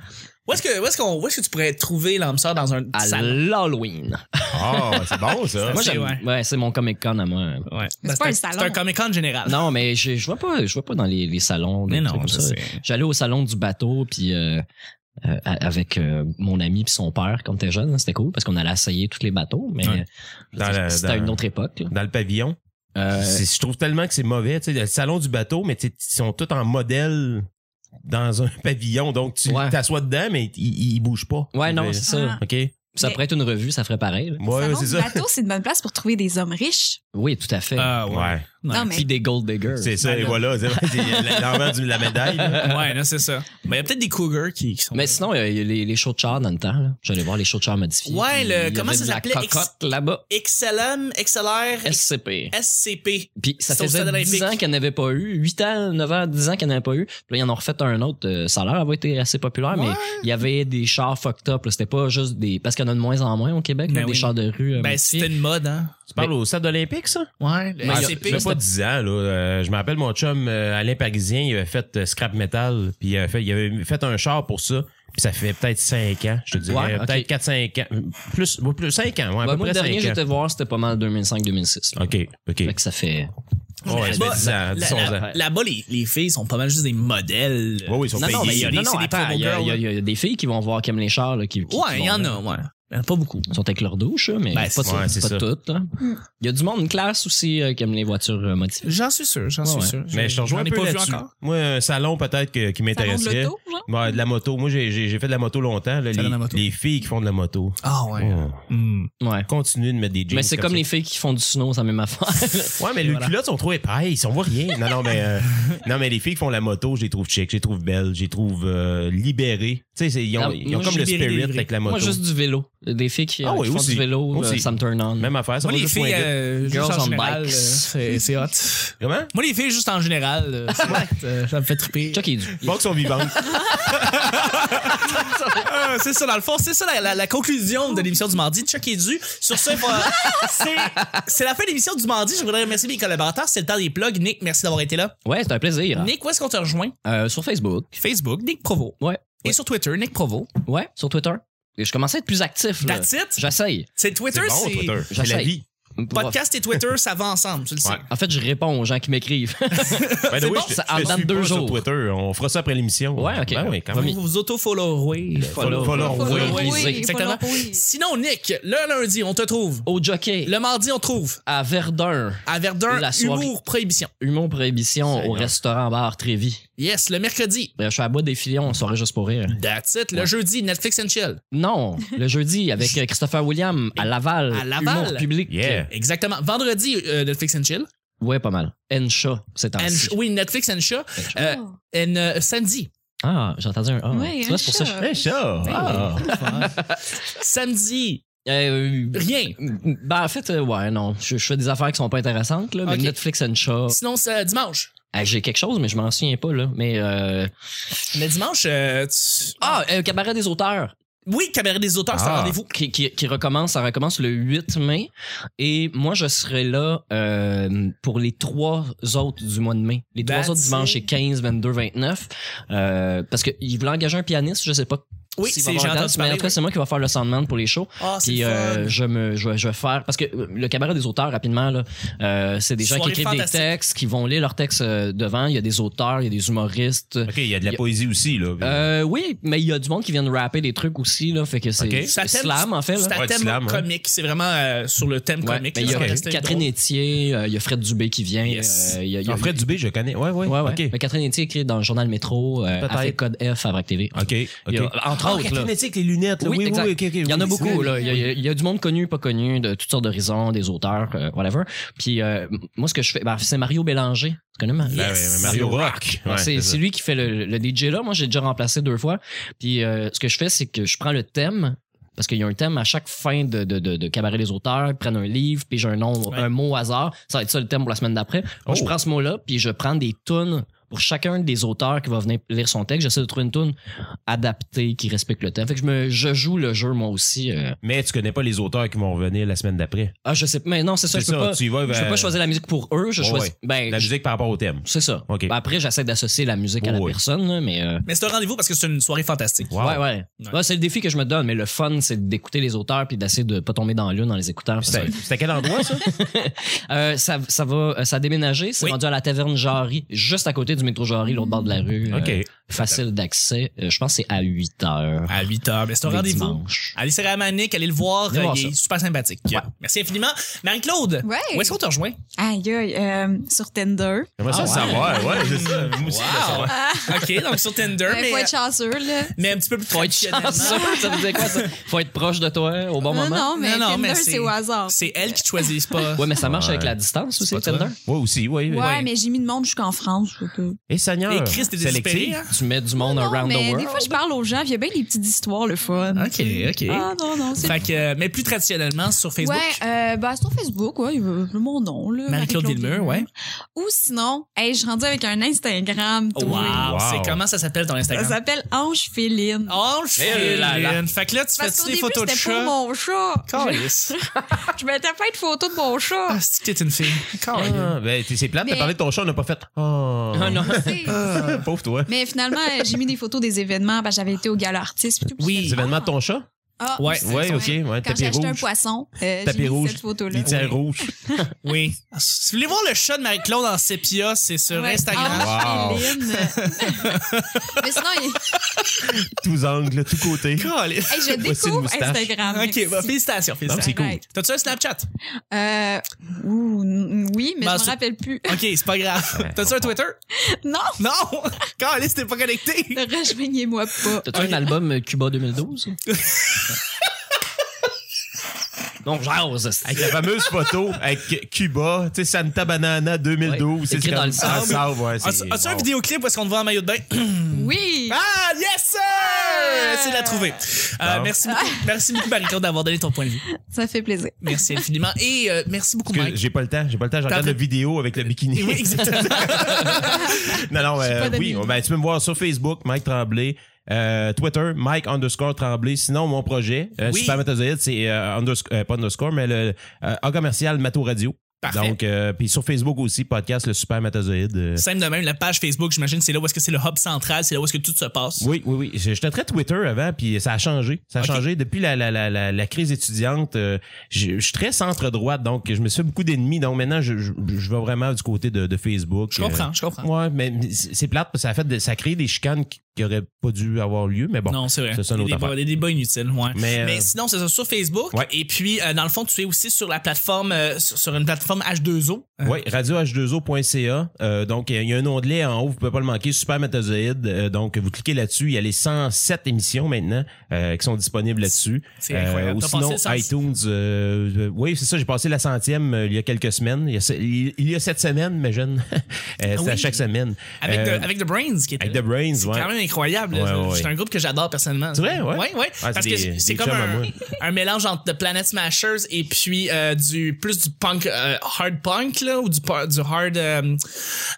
Speaker 2: Où est-ce que, où est-ce qu'on, où est-ce que tu pourrais trouver l'âme sœur dans un
Speaker 3: À
Speaker 2: salon?
Speaker 3: l'Halloween.
Speaker 5: Ah, c'est bon, ça.
Speaker 3: Moi,
Speaker 2: c'est-
Speaker 3: j'aime-
Speaker 2: ouais.
Speaker 3: Ouais, c'est mon Comic Con à moi.
Speaker 2: Ouais.
Speaker 4: Mais
Speaker 2: Ben,
Speaker 4: c'est pas
Speaker 2: un-
Speaker 4: un salon.
Speaker 2: C'est un Comic Con général.
Speaker 3: Non, mais je je vois pas, je vois pas dans les, les salons. des
Speaker 2: Mais non,
Speaker 3: trucs comme
Speaker 2: je
Speaker 3: ça.
Speaker 2: sais.
Speaker 3: J'allais au salon du bateau, puis euh, euh, a- avec euh, mon ami puis son père quand t'es jeune, hein, c'était cool parce qu'on allait essayer tous les bateaux, mais
Speaker 2: Ouais.
Speaker 5: Dans la-
Speaker 3: c'était
Speaker 5: dans-
Speaker 3: à une autre époque. là.
Speaker 5: Dans le pavillon.
Speaker 3: Euh,
Speaker 5: C'est- je trouve tellement que c'est mauvais. Tu sais, le salon du bateau, mais tu sais, ils sont tous en modèle dans un pavillon. Donc, tu
Speaker 3: Ouais.
Speaker 5: t'assois dedans, mais ils, ils bougent pas.
Speaker 3: ouais, non,
Speaker 5: Je-
Speaker 3: c'est ça.
Speaker 4: Ah.
Speaker 5: OK?
Speaker 3: Ça
Speaker 4: Mais-
Speaker 3: pourrait être une revue, ça ferait pareil. là.
Speaker 5: Ouais,
Speaker 4: Salon
Speaker 5: c'est
Speaker 4: du
Speaker 5: ça.
Speaker 4: bateau, c'est une bonne place pour trouver des hommes riches.
Speaker 3: Oui, tout à fait.
Speaker 2: Ah
Speaker 5: Ouais,
Speaker 2: Ouais.
Speaker 4: Non, mais
Speaker 3: Puis des gold diggers.
Speaker 5: c'est ça, et
Speaker 2: Ben
Speaker 5: voilà. C'est vrai, c'est l'envers de la médaille. là.
Speaker 2: Ouais, là, c'est ça. Mais il y a peut-être des cougars qui, qui sont.
Speaker 3: Mais sinon, il y a- il y a les, les shows de char dans le temps. là. J'allais voir les shows de char modifiés.
Speaker 2: Ouais,
Speaker 3: Puis il
Speaker 2: le-
Speaker 3: y avait
Speaker 2: comment ça
Speaker 3: de la
Speaker 2: s'appelait? Ex-
Speaker 3: cocotte là-bas.
Speaker 2: XLM, XLR,
Speaker 3: SCP.
Speaker 2: SCP.
Speaker 3: Puis ça
Speaker 2: C'est au
Speaker 3: faisait
Speaker 2: Stade
Speaker 3: 10
Speaker 2: olympique.
Speaker 3: ans qu'il n'y en avait pas eu. 8 ans, 9 ans, 10 ans qu'il n'y en avait pas eu. Puis là, ils en ont refait un autre. Euh, Ça a l'air d'avoir été assez populaire, mais
Speaker 2: Ouais.
Speaker 3: il y avait des chars fucked up. là. C'était pas juste des... Parce qu'il y en a de moins en moins au Québec,
Speaker 2: Ben
Speaker 3: là, des
Speaker 2: oui.
Speaker 3: chars de rue. euh,
Speaker 2: Ben,
Speaker 3: modifiés.
Speaker 2: c'était une mode, hein.
Speaker 5: Tu parles au stade olympique, ça? Ah,
Speaker 2: Ouais, le
Speaker 3: Mais il y a-
Speaker 2: SCP.
Speaker 5: Ça fait pas 10 ans, là. Euh, je me rappelle mon chum euh, Alain Parisien, il avait fait euh, Scrap Metal, puis il avait, fait, il avait fait un char pour ça. Puis ça fait peut-être 5 ans, je te dirais.
Speaker 3: Ouais, ok.
Speaker 5: Peut-être 4-5 ans. Plus, plus 5 ans, ouais, à
Speaker 3: Ben,
Speaker 5: peu
Speaker 3: moi, le
Speaker 5: près
Speaker 3: dernier,
Speaker 5: 5
Speaker 3: j'étais
Speaker 5: ans.
Speaker 3: voir, c'était pas mal 2005-2006. là.
Speaker 5: OK, OK.
Speaker 3: Fait que ça fait...
Speaker 5: Ouais, ça fait 10 ans, 10, 11 ans.
Speaker 2: Là- Là-bas, les, les filles sont pas mal juste des modèles.
Speaker 5: Ouais, oui, ils sont
Speaker 3: Non,
Speaker 5: payés.
Speaker 3: non, mais il y a,
Speaker 2: des-
Speaker 3: non, non,
Speaker 2: c'est des
Speaker 3: attends,
Speaker 2: promo
Speaker 3: il y a-
Speaker 2: girls,
Speaker 3: il y a- il y a des filles qui vont voir comme les chars. Là, qui, qui-
Speaker 2: Ouais,
Speaker 3: qui
Speaker 2: il y
Speaker 3: vont,
Speaker 2: en
Speaker 3: là.
Speaker 2: a, ouais. Il y en a pas beaucoup.
Speaker 3: Ils sont avec leurs douches, là, mais
Speaker 2: Ben,
Speaker 3: pas,
Speaker 2: c'est-
Speaker 5: ouais,
Speaker 3: tout-
Speaker 5: c'est
Speaker 3: pas
Speaker 5: ça.
Speaker 3: toutes. là. Il y a du monde, une classe aussi, euh, qui aime les voitures euh, modifiées.
Speaker 2: J'en suis sûr, j'en
Speaker 3: Ouais,
Speaker 2: suis
Speaker 3: ouais.
Speaker 2: sûr.
Speaker 5: Mais je te rejoins
Speaker 2: J'en
Speaker 5: un
Speaker 2: ai
Speaker 5: peu
Speaker 2: pas vu
Speaker 5: là-dessus.
Speaker 2: encore.
Speaker 5: Moi, un salon peut-être que- qui
Speaker 4: salon de
Speaker 5: m'intéresserait.
Speaker 4: l'auto, genre.
Speaker 5: Ouais, de la moto. Moi, j'ai- j'ai j'ai fait de la moto longtemps. là,
Speaker 2: Salon de la
Speaker 5: les,
Speaker 2: moto.
Speaker 5: les filles qui font de la moto.
Speaker 2: Ah ouais.
Speaker 5: Oh.
Speaker 2: Hmm.
Speaker 3: Ouais.
Speaker 5: Continuez de mettre des jeans.
Speaker 3: Mais c'est comme,
Speaker 5: ça.
Speaker 3: les filles qui font du snow, ça même affaire.
Speaker 5: Ouais, mais les
Speaker 2: voilà.
Speaker 5: culottes sont trop épaisses, on voit rien. Non, non, mais, euh, non, mais les filles qui font la moto, je les trouve chic, je les trouve belles, je les trouve euh, libérées. Tu sais, c'est- ils ont,
Speaker 3: Ah,
Speaker 5: ils ont
Speaker 3: moi,
Speaker 5: comme le
Speaker 2: libéré,
Speaker 5: spirit
Speaker 2: délivré.
Speaker 5: avec la moto.
Speaker 3: Moi, juste du vélo. Des filles qui, euh,
Speaker 5: Ah oui,
Speaker 3: qui font
Speaker 5: aussi.
Speaker 3: du vélo, euh,
Speaker 5: Aussi.
Speaker 3: ça me turn on.
Speaker 5: Même affaire, ça
Speaker 2: Moi,
Speaker 5: va
Speaker 2: les
Speaker 5: juste moins
Speaker 2: filles,
Speaker 5: vite.
Speaker 2: euh, juste
Speaker 3: Girls
Speaker 2: en
Speaker 3: on
Speaker 2: général, euh,
Speaker 3: bikes.
Speaker 2: c'est c'est hot.
Speaker 5: Comment?
Speaker 2: Moi, les filles, juste en général, euh, c'est hot. Euh, ça me fait triper.
Speaker 3: Chuck, E. il est du- il-
Speaker 5: Pas qu'ils sont vivantes.
Speaker 2: Ah, c'est ça, dans le fond, c'est ça la, la- la conclusion de l'émission du mardi. Chuck est dû. Sur ce, voilà, c'est c'est la fin de l'émission du mardi. Je voudrais remercier mes collaborateurs. C'est le temps des plugs. Nick, merci d'avoir été là.
Speaker 3: Ouais, c'est un plaisir.
Speaker 2: Nick, où est-ce qu'on te rejoint?
Speaker 3: Euh, sur Facebook.
Speaker 2: Facebook, Nick Provo.
Speaker 3: Ouais.
Speaker 2: Et sur Twitter, Nick Provo.
Speaker 3: Ouais, sur Twitter. Et je commence à être plus actif. là.
Speaker 2: That's it?
Speaker 3: J'essaye.
Speaker 2: C'est Twitter,
Speaker 5: C'est bon,
Speaker 2: c'est...
Speaker 5: Twitter. C'est la
Speaker 3: J'essaye.
Speaker 5: vie.
Speaker 2: Podcast et Twitter, ça va ensemble, tu le sais.
Speaker 5: Ouais.
Speaker 3: En fait, je réponds aux gens qui m'écrivent.
Speaker 5: Ben,
Speaker 3: C'est
Speaker 5: oui,
Speaker 3: bon,
Speaker 5: je,
Speaker 3: ça,
Speaker 5: te- je
Speaker 3: en
Speaker 5: te
Speaker 3: date
Speaker 5: suis
Speaker 3: deux
Speaker 5: pas
Speaker 3: jours.
Speaker 5: sur Twitter. On fera ça après l'émission.
Speaker 3: Ouais, ok.
Speaker 5: Ben oui, quand
Speaker 3: Va
Speaker 5: même.
Speaker 3: mieux.
Speaker 2: Vous vous auto-followerez.
Speaker 5: Follow- follow-
Speaker 4: Faut
Speaker 2: Oui,
Speaker 4: leur
Speaker 2: oui,
Speaker 4: rouler, faut
Speaker 2: exactement.
Speaker 4: leur rouler.
Speaker 2: Sinon, Nick, le lundi, on te trouve.
Speaker 3: Au jockey,
Speaker 2: Le mardi, on te trouve.
Speaker 3: à Verdun,
Speaker 2: À Verdun,
Speaker 3: La soirée.
Speaker 2: Humour Prohibition.
Speaker 3: Humour Prohibition, au
Speaker 5: Seigneur.
Speaker 3: restaurant bar Trévis.
Speaker 2: Yes, le mercredi.
Speaker 3: Ben, je suis à bout des filions, on saurait juste pour rire.
Speaker 2: That's it. Le jeudi, Netflix and Chill.
Speaker 3: Non, le jeudi avec euh, Christopher William à Laval.
Speaker 2: À Laval?
Speaker 3: Humour public.
Speaker 5: Yeah.
Speaker 2: Exactement. Vendredi, euh, Netflix and Chill.
Speaker 3: Ouais, pas mal. Ensha, c'est
Speaker 2: And-
Speaker 3: un
Speaker 2: oui, Netflix and Shaw. Euh,
Speaker 4: Oh.
Speaker 2: and, euh, samedi.
Speaker 3: Ah, j'ai entendu un. Ah,
Speaker 4: Ouais,
Speaker 3: tu vois, c'est pour ça.
Speaker 4: Ensha.
Speaker 3: que je-
Speaker 5: Hey, ça. Ah.
Speaker 2: samedi,
Speaker 3: Euh,
Speaker 2: rien.
Speaker 3: Ben, en fait, euh, ouais, non. Je, je fais des affaires qui sont pas intéressantes, là. Mais
Speaker 2: Ok.
Speaker 3: Netflix and Shaw.
Speaker 2: Sinon, c'est euh, dimanche.
Speaker 3: Ah, j'ai quelque chose, mais je m'en souviens pas, là. Mais. Euh...
Speaker 2: Mais dimanche, euh, tu-
Speaker 3: Ah, euh, Cabaret des auteurs.
Speaker 2: oui, Cabaret des auteurs, c'est un
Speaker 5: Ah.
Speaker 2: rendez-vous.
Speaker 3: Qui, qui, qui recommence, ça recommence le 8 mai. Et moi, je serai là euh, pour les trois autres du mois de mai. Les trois
Speaker 2: That's
Speaker 3: autres dimanches, c'est
Speaker 2: it.
Speaker 3: 15, 22, 29. Euh, parce qu'ils voulaient engager un pianiste, je sais pas.
Speaker 2: Oui,
Speaker 3: s'il va
Speaker 2: c'est
Speaker 3: avoir le
Speaker 2: j'ai
Speaker 3: temps,
Speaker 2: entendu
Speaker 3: Mais en
Speaker 2: parler,
Speaker 3: tout cas,
Speaker 2: oui.
Speaker 3: c'est moi qui va faire le soundman pour les shows.
Speaker 2: Ah, c'est
Speaker 3: Puis
Speaker 2: le
Speaker 3: euh,
Speaker 2: fun.
Speaker 3: je me je, vais- je vais faire parce que euh, le cabaret des auteurs rapidement là, euh, c'est des gens qui
Speaker 2: Soirée
Speaker 3: écrivent des
Speaker 2: fantastique.
Speaker 3: textes, qui vont lire leurs textes euh, devant. Il y a des auteurs, il y a des humoristes.
Speaker 5: OK, il y a de
Speaker 3: Y
Speaker 5: la
Speaker 3: a-
Speaker 5: poésie aussi, là.
Speaker 3: Euh, oui, mais il y a du monde qui vient de rapper des trucs aussi là, fait que c'est
Speaker 5: Ok.
Speaker 3: c'est
Speaker 2: Ça t'aime-
Speaker 3: slam en fait. là.
Speaker 2: C'est un
Speaker 5: Ouais,
Speaker 2: thème
Speaker 5: slam, ouais.
Speaker 2: comique. C'est vraiment euh, sur le thème
Speaker 3: Ouais,
Speaker 2: comique.
Speaker 3: mais
Speaker 2: là,
Speaker 3: il y
Speaker 2: ça
Speaker 3: a
Speaker 2: va rester
Speaker 3: Catherine
Speaker 2: drôle.
Speaker 3: Etier, euh, il y a Fred Dubé qui vient.
Speaker 2: Yes.
Speaker 3: euh, il y a, il y a-
Speaker 5: Ah, Fred Dubé, je connais. Ouais, ouais.
Speaker 3: Ouais, ouais.
Speaker 5: OK.
Speaker 3: Mais Catherine Etier écrit dans le journal Métro, euh,
Speaker 5: Peut-être.
Speaker 3: avec code F à Vrac TV.
Speaker 5: OK.
Speaker 3: Il y a-
Speaker 5: OK.
Speaker 3: entre
Speaker 5: Ah,
Speaker 3: autres, là.
Speaker 5: Catherine Éthique, les lunettes. là.
Speaker 3: Oui,
Speaker 5: Oui, oui,
Speaker 3: exact.
Speaker 5: oui, OK, OK,
Speaker 3: Il y en
Speaker 5: oui,
Speaker 3: a
Speaker 5: c'est
Speaker 3: beaucoup,
Speaker 5: vrai.
Speaker 3: là. Il y, a, il y a du monde connu, pas connu, de toutes sortes d'horizons, des auteurs, euh, whatever. Puis, euh, moi, ce que je fais, ben, c'est Mario Bélanger. Tu connais Mario?
Speaker 5: Ben,
Speaker 2: Yes.
Speaker 5: ouais, Mario Rock. Ouais,
Speaker 3: c'est
Speaker 5: ça.
Speaker 3: c'est lui qui fait le, le DJ là. Moi, j'ai déjà remplacé deux fois. Puis, euh, ce que je fais, c'est que je prends le thème. Parce qu'il y a un thème à chaque fin de, de, de, de cabaret des auteurs, ils prennent un livre, puis j'ai un nom,
Speaker 2: Ouais.
Speaker 3: un mot au hasard. Ça va être ça le thème pour la semaine d'après. Moi, je
Speaker 5: Oh.
Speaker 3: prends ce mot-là, puis je prends des tunes pour chacun des auteurs qui va venir lire son texte. J'essaie de trouver une tune adaptée qui respecte le thème. Fait que je me, je joue le jeu moi aussi. euh,
Speaker 5: Mais tu connais pas les auteurs qui vont revenir la semaine d'après.
Speaker 3: Ah, je sais pas. Mais non, c'est ça.
Speaker 5: C'est
Speaker 3: Je peux,
Speaker 5: ça,
Speaker 3: pas,
Speaker 5: tu y vas
Speaker 3: je peux
Speaker 5: vers-
Speaker 3: pas choisir la musique pour eux. Je
Speaker 5: Ouais,
Speaker 3: choisis.
Speaker 5: ouais.
Speaker 3: Ben,
Speaker 5: La
Speaker 3: je-
Speaker 5: musique par rapport au thème.
Speaker 3: c'est ça.
Speaker 5: Ok.
Speaker 3: Ben après, j'essaie d'associer la musique à la
Speaker 5: Ouais, Ah. ouais.
Speaker 3: personne, là, mais. euh,
Speaker 2: Mais c'est un rendez-vous parce que c'est une soirée fantastique.
Speaker 5: Wow.
Speaker 3: Ouais, ouais.
Speaker 2: Ouais.
Speaker 3: Ouais, c'est le défi que je me donne, mais le fun, c'est d'écouter les auteurs puis d'essayer de pas tomber dans l'une dans les écouteurs. parce
Speaker 5: C'était
Speaker 3: que-
Speaker 5: c'était quel endroit, ça?
Speaker 3: Euh, ça, ça va, euh, ça a déménagé, c'est
Speaker 2: Oui.
Speaker 3: rendu à la taverne Jarry, juste à côté du métro Jarry, l'autre bord de la rue.
Speaker 5: OK.
Speaker 3: Euh, facile d'accès. Euh, Je pense que c'est à 8 heures.
Speaker 2: À 8 h Ben, c'est un
Speaker 3: les
Speaker 2: rendez-vous.
Speaker 3: dimanches.
Speaker 2: Allez, c'est Manic, allez le voir.
Speaker 3: Allez
Speaker 2: euh,
Speaker 3: voir
Speaker 2: il est super sympathique. Merci infiniment. Marie-Claude,
Speaker 4: Ouais.
Speaker 2: où est-ce qu'on te rejoint?
Speaker 4: Aïe, aïe, euh, sur Tinder.
Speaker 5: J'aimerais ça
Speaker 3: Ah
Speaker 5: le
Speaker 3: ouais.
Speaker 5: savoir, ouais, c'est ça. Moi
Speaker 3: Ah,
Speaker 5: aussi, je veux
Speaker 2: Wow.
Speaker 5: savoir.
Speaker 2: OK, donc sur Tinder,
Speaker 4: Euh,
Speaker 2: mais,
Speaker 4: faut être chanceux, là.
Speaker 2: mais un petit peu plus
Speaker 3: Faut être
Speaker 2: traditionnellement.
Speaker 3: chanceux, ça veut dire quoi ça? Faut être proche de toi au bon
Speaker 4: non,
Speaker 3: moment.
Speaker 4: Ah, non, mais
Speaker 2: Non, non,
Speaker 4: Tinder,
Speaker 2: mais c'est-
Speaker 4: c'est au hasard.
Speaker 2: C'est elle qui choisit, c'est pas...
Speaker 3: Ouais, mais ça marche
Speaker 5: Ouais.
Speaker 3: avec la distance aussi,
Speaker 2: pas toi.
Speaker 3: Tinder.
Speaker 5: Ouais, aussi, oui.
Speaker 4: Ouais,
Speaker 5: oui.
Speaker 4: mais j'ai mis de monde jusqu'en France. fait que-
Speaker 5: Et Seigneur,
Speaker 2: Et Chris, t'es désespéré,
Speaker 5: sélectif.
Speaker 2: hein?
Speaker 3: Tu mets du monde
Speaker 4: Non,
Speaker 3: around
Speaker 4: mais
Speaker 3: the
Speaker 4: des
Speaker 3: world.
Speaker 4: fois, je parle aux gens, puis il y a bien des petites histoires, le fun.
Speaker 2: OK, OK.
Speaker 3: hein?
Speaker 4: Ah non, non, c'est...
Speaker 2: Fait que, euh, mais plus traditionnellement sur Facebook.
Speaker 4: Ouais, euh, bah, sur Facebook, ouais, euh, mon nom, là.
Speaker 2: Marie-Claude Villemur, ouais.
Speaker 4: Ou sinon, hey, je suis rendue avec un Instagram. toi.
Speaker 2: Oh, Wow,
Speaker 5: Wow.
Speaker 2: c'est comment ça s'appelle ton
Speaker 4: Ça
Speaker 2: Instagram?
Speaker 4: s'appelle Ange Féline.
Speaker 2: Oh,
Speaker 3: Eh là là.
Speaker 2: Féline. Fait que là, tu
Speaker 4: Parce qu'au
Speaker 2: fais-tu des
Speaker 4: début,
Speaker 2: photos de
Speaker 4: c'était pour
Speaker 2: chat?
Speaker 4: mon chat.
Speaker 2: Calice.
Speaker 4: Je mettais plein de photos de mon chat.
Speaker 2: Ah, c'est que t'es une fille. Calice.
Speaker 5: Ah, ben, t'es- c'est plate, t'as
Speaker 4: Mais-
Speaker 5: parlé de ton chat, on n'a pas fait. Oh,
Speaker 3: Ah non.
Speaker 4: C'est-
Speaker 5: pauvre toi.
Speaker 4: Mais finalement, euh, j'ai mis des photos des événements. Ben, j'avais été au gala artiste. puis tout, puis
Speaker 2: Oui.
Speaker 4: j'ai
Speaker 5: Les
Speaker 4: fait,
Speaker 5: événements de ton chat?
Speaker 4: Ah,
Speaker 2: Ouais.
Speaker 4: aussi,
Speaker 5: Ouais, ok, ouais,
Speaker 4: Quand
Speaker 5: tapis
Speaker 4: j'ai acheté un
Speaker 5: rouge.
Speaker 4: poisson, euh,
Speaker 5: Tapis
Speaker 4: j'ai mis
Speaker 5: rouge.
Speaker 4: cette photo-là.
Speaker 5: Il tient rouge.
Speaker 2: Oui. Si vous voulez voir le chat de Marie-Claude en sépia, c'est sur
Speaker 4: Ouais, Ah.
Speaker 2: Instagram.
Speaker 4: Ange Féline. Mais sinon, il-
Speaker 5: Tous angles, tous côtés.
Speaker 2: Calice.
Speaker 4: hey, je
Speaker 5: Voici une
Speaker 4: découvre
Speaker 5: moustache.
Speaker 4: Instagram.
Speaker 2: OK, bah, félicitations,
Speaker 5: Ah, Donc,
Speaker 2: félicitations.
Speaker 5: c'est cool.
Speaker 4: Right.
Speaker 2: T'as-tu un Snapchat?
Speaker 4: Euh, ouh, n- oui, mais
Speaker 2: Ben,
Speaker 4: je
Speaker 2: c'est-
Speaker 4: me rappelle plus.
Speaker 2: OK, c'est pas grave. T'as-tu un Twitter?
Speaker 4: non,
Speaker 2: Non! Calice, t'es pas connecté.
Speaker 4: rejoignez-moi pas.
Speaker 3: T'as-tu un album euh, Cuba 2012? Donc, j'ose.
Speaker 5: Avec la fameuse photo avec Cuba, tu sais, Santa Banana 2012.
Speaker 3: Ouais,
Speaker 5: c'est
Speaker 3: écrit
Speaker 5: comme-
Speaker 3: dans le
Speaker 5: Ah,
Speaker 3: sable.
Speaker 5: ça, ouais, c'est-
Speaker 2: As-tu as-tu ah, un
Speaker 5: wow.
Speaker 2: vidéoclip où est-ce qu'on te voit en maillot de bain?
Speaker 4: Oui.
Speaker 2: Ah, yes, sir! C'est de la trouver. Euh,
Speaker 5: Bon.
Speaker 2: Merci beaucoup, merci beaucoup Marie-Claude, d'avoir donné ton point de vue.
Speaker 4: Ça fait plaisir.
Speaker 2: Merci infiniment. Et euh, merci beaucoup,
Speaker 5: Parce que
Speaker 2: Mike.
Speaker 5: J'ai pas le temps, j'ai pas le temps, je regarde
Speaker 2: fait-
Speaker 5: la vidéo avec le bikini.
Speaker 2: Oui, exactement.
Speaker 5: non, non, euh,
Speaker 4: pas
Speaker 5: oui,
Speaker 4: d'amis.
Speaker 5: ben, tu peux me voir sur Facebook, Mike Tremblay. euh, Twitter, Mike underscore Tremblay. Sinon, mon projet, euh,
Speaker 2: Oui.
Speaker 5: Super Métazoïde, c'est euh, undersc- euh, pas underscore, mais le euh, A commercial Mato Radio.
Speaker 2: Parfait.
Speaker 5: Donc, euh, puis sur Facebook aussi, podcast Le Super Métazoïde. euh.
Speaker 2: Simple de même, la page Facebook, j'imagine, c'est là où est-ce que c'est le hub central, c'est là où est-ce que tout se passe.
Speaker 5: Oui, oui, oui. J'étais très Twitter avant, puis ça a changé. Ça a
Speaker 2: Ok.
Speaker 5: changé. Depuis la, la, la, la, la crise étudiante, euh, je je suis très centre-droite, donc je me suis fait beaucoup d'ennemis. Donc maintenant, je, je, je vais vraiment du côté de, de Facebook. euh,
Speaker 2: Je comprends, je comprends.
Speaker 5: Ouais, mais mais c'est c'est plate parce que ça a fait de- ça crée des chicanes qui, qui auraient pas dû avoir lieu, mais bon.
Speaker 2: non, c'est vrai.
Speaker 5: ça, c'est une
Speaker 2: Des
Speaker 5: autre
Speaker 2: débats-
Speaker 5: affaire.
Speaker 2: des débats inutiles, ouais.
Speaker 5: Mais, euh,
Speaker 2: sinon, c'est ça sur Facebook.
Speaker 5: Ouais.
Speaker 2: Et puis, euh, dans le fond, tu es aussi sur la plateforme, euh, sur sur une plateforme H2O. Euh,
Speaker 5: Oui, radioh2o.ca. Euh, donc, il y a un onglet en haut, vous pouvez pas le manquer, Super Métazoïde. Euh, donc, vous cliquez là-dessus. Il y a les 107 émissions maintenant euh, qui sont disponibles là-dessus. Euh,
Speaker 2: C'est incroyable.
Speaker 5: ou
Speaker 2: T'as
Speaker 5: sinon,
Speaker 2: passé le 100.
Speaker 5: iTunes. euh, euh, oui, c'est ça. J'ai passé la centième euh, il y a quelques semaines. Il y a, ce- il il y a cette semaine, mais jeune. Euh, c'est
Speaker 2: Ah oui.
Speaker 5: à chaque semaine.
Speaker 2: Avec,
Speaker 5: Euh,
Speaker 2: the, avec The Brains qui était
Speaker 5: avec
Speaker 2: là.
Speaker 5: The Brains,
Speaker 2: C'est
Speaker 5: ouais.
Speaker 2: quand même incroyable. là.
Speaker 5: Ouais, ouais,
Speaker 2: C'est
Speaker 5: ouais.
Speaker 2: un groupe que j'adore personnellement.
Speaker 5: C'est vrai, ouais?
Speaker 2: Ouais, ouais.
Speaker 5: Ah,
Speaker 2: Parce
Speaker 5: c'est
Speaker 2: que
Speaker 5: des-
Speaker 2: c'est
Speaker 5: des
Speaker 2: comme
Speaker 5: chums à
Speaker 2: un,
Speaker 5: moi.
Speaker 2: un mélange entre The Planet Smashers et puis euh, du plus du punk euh, hard punk là ou du pa- du hard euh,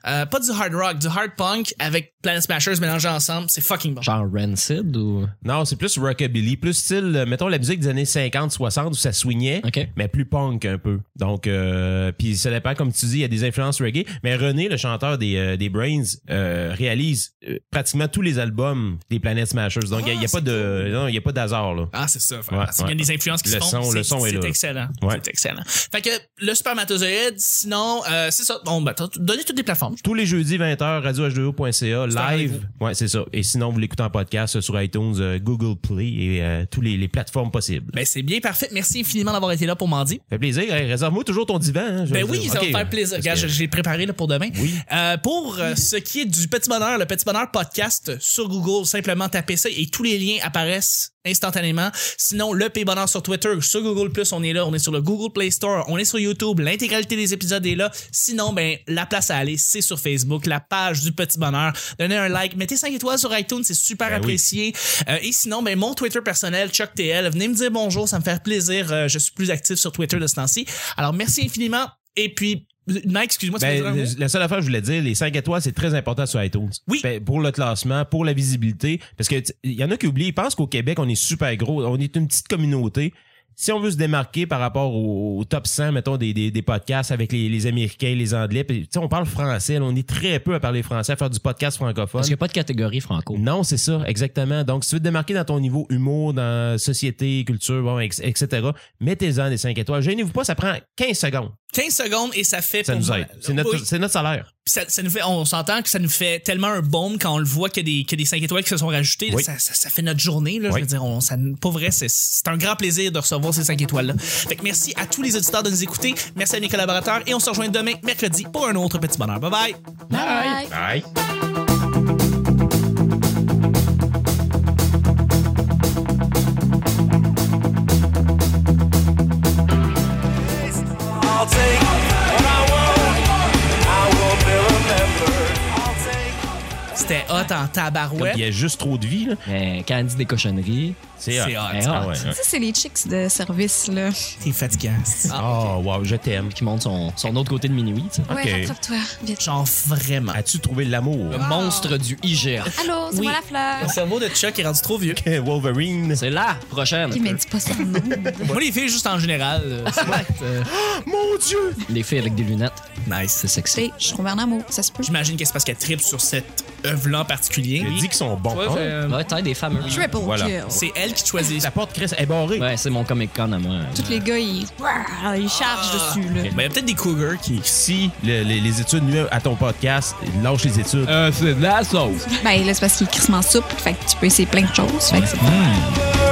Speaker 2: euh, pas du hard rock, du hard punk avec Planet Smashers mélangé ensemble, c'est fucking bon.
Speaker 3: Genre Rancid ou.
Speaker 5: Non, c'est plus rockabilly, plus style, euh, mettons la musique des années 50, 60 où ça swingait,
Speaker 3: OK.
Speaker 5: mais plus punk un peu. Donc, euh, puis ça dépend, comme tu dis, il y a des influences reggae. Mais René, le chanteur des, euh, des Brains, euh, réalise euh, pratiquement tous les albums des Planet Smashers. Donc, il
Speaker 2: Ah,
Speaker 5: n'y a, il y a pas
Speaker 2: c'est
Speaker 5: de, non, il y a pas d'hasard là.
Speaker 2: Ah, c'est ça. Fait-
Speaker 5: Ouais,
Speaker 2: Il y a
Speaker 5: ouais.
Speaker 2: des influences qui
Speaker 5: Le
Speaker 2: se font.
Speaker 5: son- le
Speaker 2: C'est-
Speaker 5: son est
Speaker 2: c'est
Speaker 5: là.
Speaker 2: excellent.
Speaker 5: Ouais.
Speaker 2: C'est excellent. Fait que le spermatozoïde, sinon, euh, c'est ça. Bon, ben, t'as- donnez toutes les plateformes.
Speaker 5: Tous les jeudis 20h, radioh2o.ca,
Speaker 2: C'est un
Speaker 5: live. Ouais, c'est ça. Et sinon, vous l'écoutez en podcast euh, sur iTunes, euh, Google Play et euh, tous les, les plateformes possibles.
Speaker 2: Ben, c'est bien parfait. Merci infiniment d'avoir été là pour Mandy.
Speaker 5: Ça fait plaisir. Hey, Réserve-moi toujours ton divan. hein, je
Speaker 2: Ben
Speaker 5: veux
Speaker 2: oui,
Speaker 5: dire.
Speaker 2: ça
Speaker 5: Ok.
Speaker 2: va me faire plaisir.
Speaker 5: Parce
Speaker 2: Regarde,
Speaker 5: que-
Speaker 2: je- je l'ai préparé là, pour demain.
Speaker 5: Oui.
Speaker 2: Euh, pour euh, ce qui est du Petit Bonheur, le Petit Bonheur podcast sur Google, simplement tapez ça et tous les liens apparaissent instantanément. Sinon, le Petit Bonheur sur Twitter, sur Google Plus, on est là, on est sur le Google Play Store, on est sur YouTube, l'intégralité des épisodes est là. Sinon, ben la place à aller, c'est sur Facebook, la page du Petit Bonheur. Donnez un like, mettez 5 étoiles sur iTunes, c'est super
Speaker 5: Ben oui.
Speaker 2: apprécié. Euh, et sinon, ben mon Twitter personnel, Chuck TL, venez me dire bonjour, ça me fait plaisir. Euh, je suis plus actif sur Twitter de ce temps-ci. Alors merci infiniment. Et puis, Mike, excuse-moi, tu
Speaker 5: Ben,
Speaker 2: voulais dire un mot?
Speaker 5: le- la seule affaire que je voulais dire, les 5 étoiles, c'est très important sur iTunes.
Speaker 2: Oui.
Speaker 5: Ben, pour le classement, pour la visibilité. Parce que tu- il y en a qui oublient, ils pensent qu'au Québec, on est super gros. On est une petite communauté. Si on veut se démarquer par rapport au, au top 100, mettons, des, des, des podcasts avec les, les Américains, les Anglais, puis, tu sais, on parle français. là, on est très peu à parler français, à faire du podcast francophone.
Speaker 3: Parce qu'il n'y a pas de catégorie franco.
Speaker 5: Non, c'est ça, exactement. Donc, si tu veux te démarquer dans ton niveau humour, dans société, culture, bon, ex- etc., mettez-en des 5 étoiles. Gênez-vous pas, ça prend 15 secondes.
Speaker 2: 15 secondes et ça fait
Speaker 5: Ça
Speaker 2: pour
Speaker 5: nous
Speaker 2: moi-
Speaker 5: aide. C'est notre,
Speaker 2: Oui.
Speaker 5: c'est notre salaire.
Speaker 2: Puis ça, ça nous fait, on s'entend que ça nous fait tellement un baume quand on le voit qu'il y a des, qu'il y a des 5 étoiles qui se sont rajoutées. là,
Speaker 5: Oui.
Speaker 2: Ça, ça- ça fait notre journée. Là, Je
Speaker 5: Oui.
Speaker 2: veux dire, on, ça, pour vrai, c'est, c'est un grand plaisir de recevoir ces 5 étoiles-là. Fait que merci à tous les auditeurs de nous écouter. Merci à mes collaborateurs et on se rejoint demain, mercredi, pour un autre petit bonheur. Bye bye!
Speaker 4: Bye.
Speaker 5: Bye.
Speaker 6: I'll take what I want. I will be remembered. I'll take.
Speaker 2: C'était hot en
Speaker 5: Comme
Speaker 2: tabarouette.
Speaker 5: Il y a juste trop de vie, là.
Speaker 3: Mais quand elle dit Euh, des cochonneries,
Speaker 5: C'est
Speaker 2: C'est hot.
Speaker 3: elle
Speaker 5: Ah ouais. hein.
Speaker 4: Ça, c'est les chicks de service, là.
Speaker 2: T'es fatiguant. Ah,
Speaker 5: Oh, wow, je t'aime.
Speaker 3: qui montre son, son autre côté de minuit. tu sais.
Speaker 5: Ok.
Speaker 4: Ouais, rattrape-toi. Vite.
Speaker 2: Genre vraiment.
Speaker 5: As-tu trouvé l'amour?
Speaker 3: Le monstre du IGA.
Speaker 4: Allô, c'est
Speaker 2: Oui.
Speaker 4: moi la
Speaker 2: Le
Speaker 4: fleur.
Speaker 2: cerveau de Chuck est rendu trop vieux.
Speaker 5: Que Wolverine.
Speaker 3: C'est la prochaine.
Speaker 4: Qui me dit pas son nom.
Speaker 2: Moi, les filles, juste en général. euh, c'est vrai que, euh,
Speaker 5: Mon Dieu!
Speaker 3: Les filles avec des lunettes,
Speaker 2: nice.
Speaker 3: c'est sexy.
Speaker 4: T'sais, Je suis tombée en amour, ça se peut.
Speaker 2: J'imagine que c'est parce qu'elle tripe sur cette œuvre-là en particulier.
Speaker 5: Il dit qu'ils sont bons.
Speaker 2: Ouais,
Speaker 5: hein?
Speaker 2: fait, euh,
Speaker 3: Ouais, taille des femmes.
Speaker 4: Triple
Speaker 5: Voilà.
Speaker 4: kill.
Speaker 2: C'est elle qui choisit.
Speaker 5: La porte, Chris, est barrée.
Speaker 3: Ouais, c'est mon Comic Con à moi.
Speaker 4: Tous les gars, ils, Ouah, ils chargent dessus, là.
Speaker 2: Ben, il y a peut-être des cougars qui.
Speaker 5: Si le- les, les études nuisent à ton podcast, lâche les études.
Speaker 3: Euh, c'est la sauce.
Speaker 4: Ben là, c'est parce qu'il est crissement souple, fait que tu peux essayer plein de choses. Fait que c'est pas-
Speaker 6: Remember.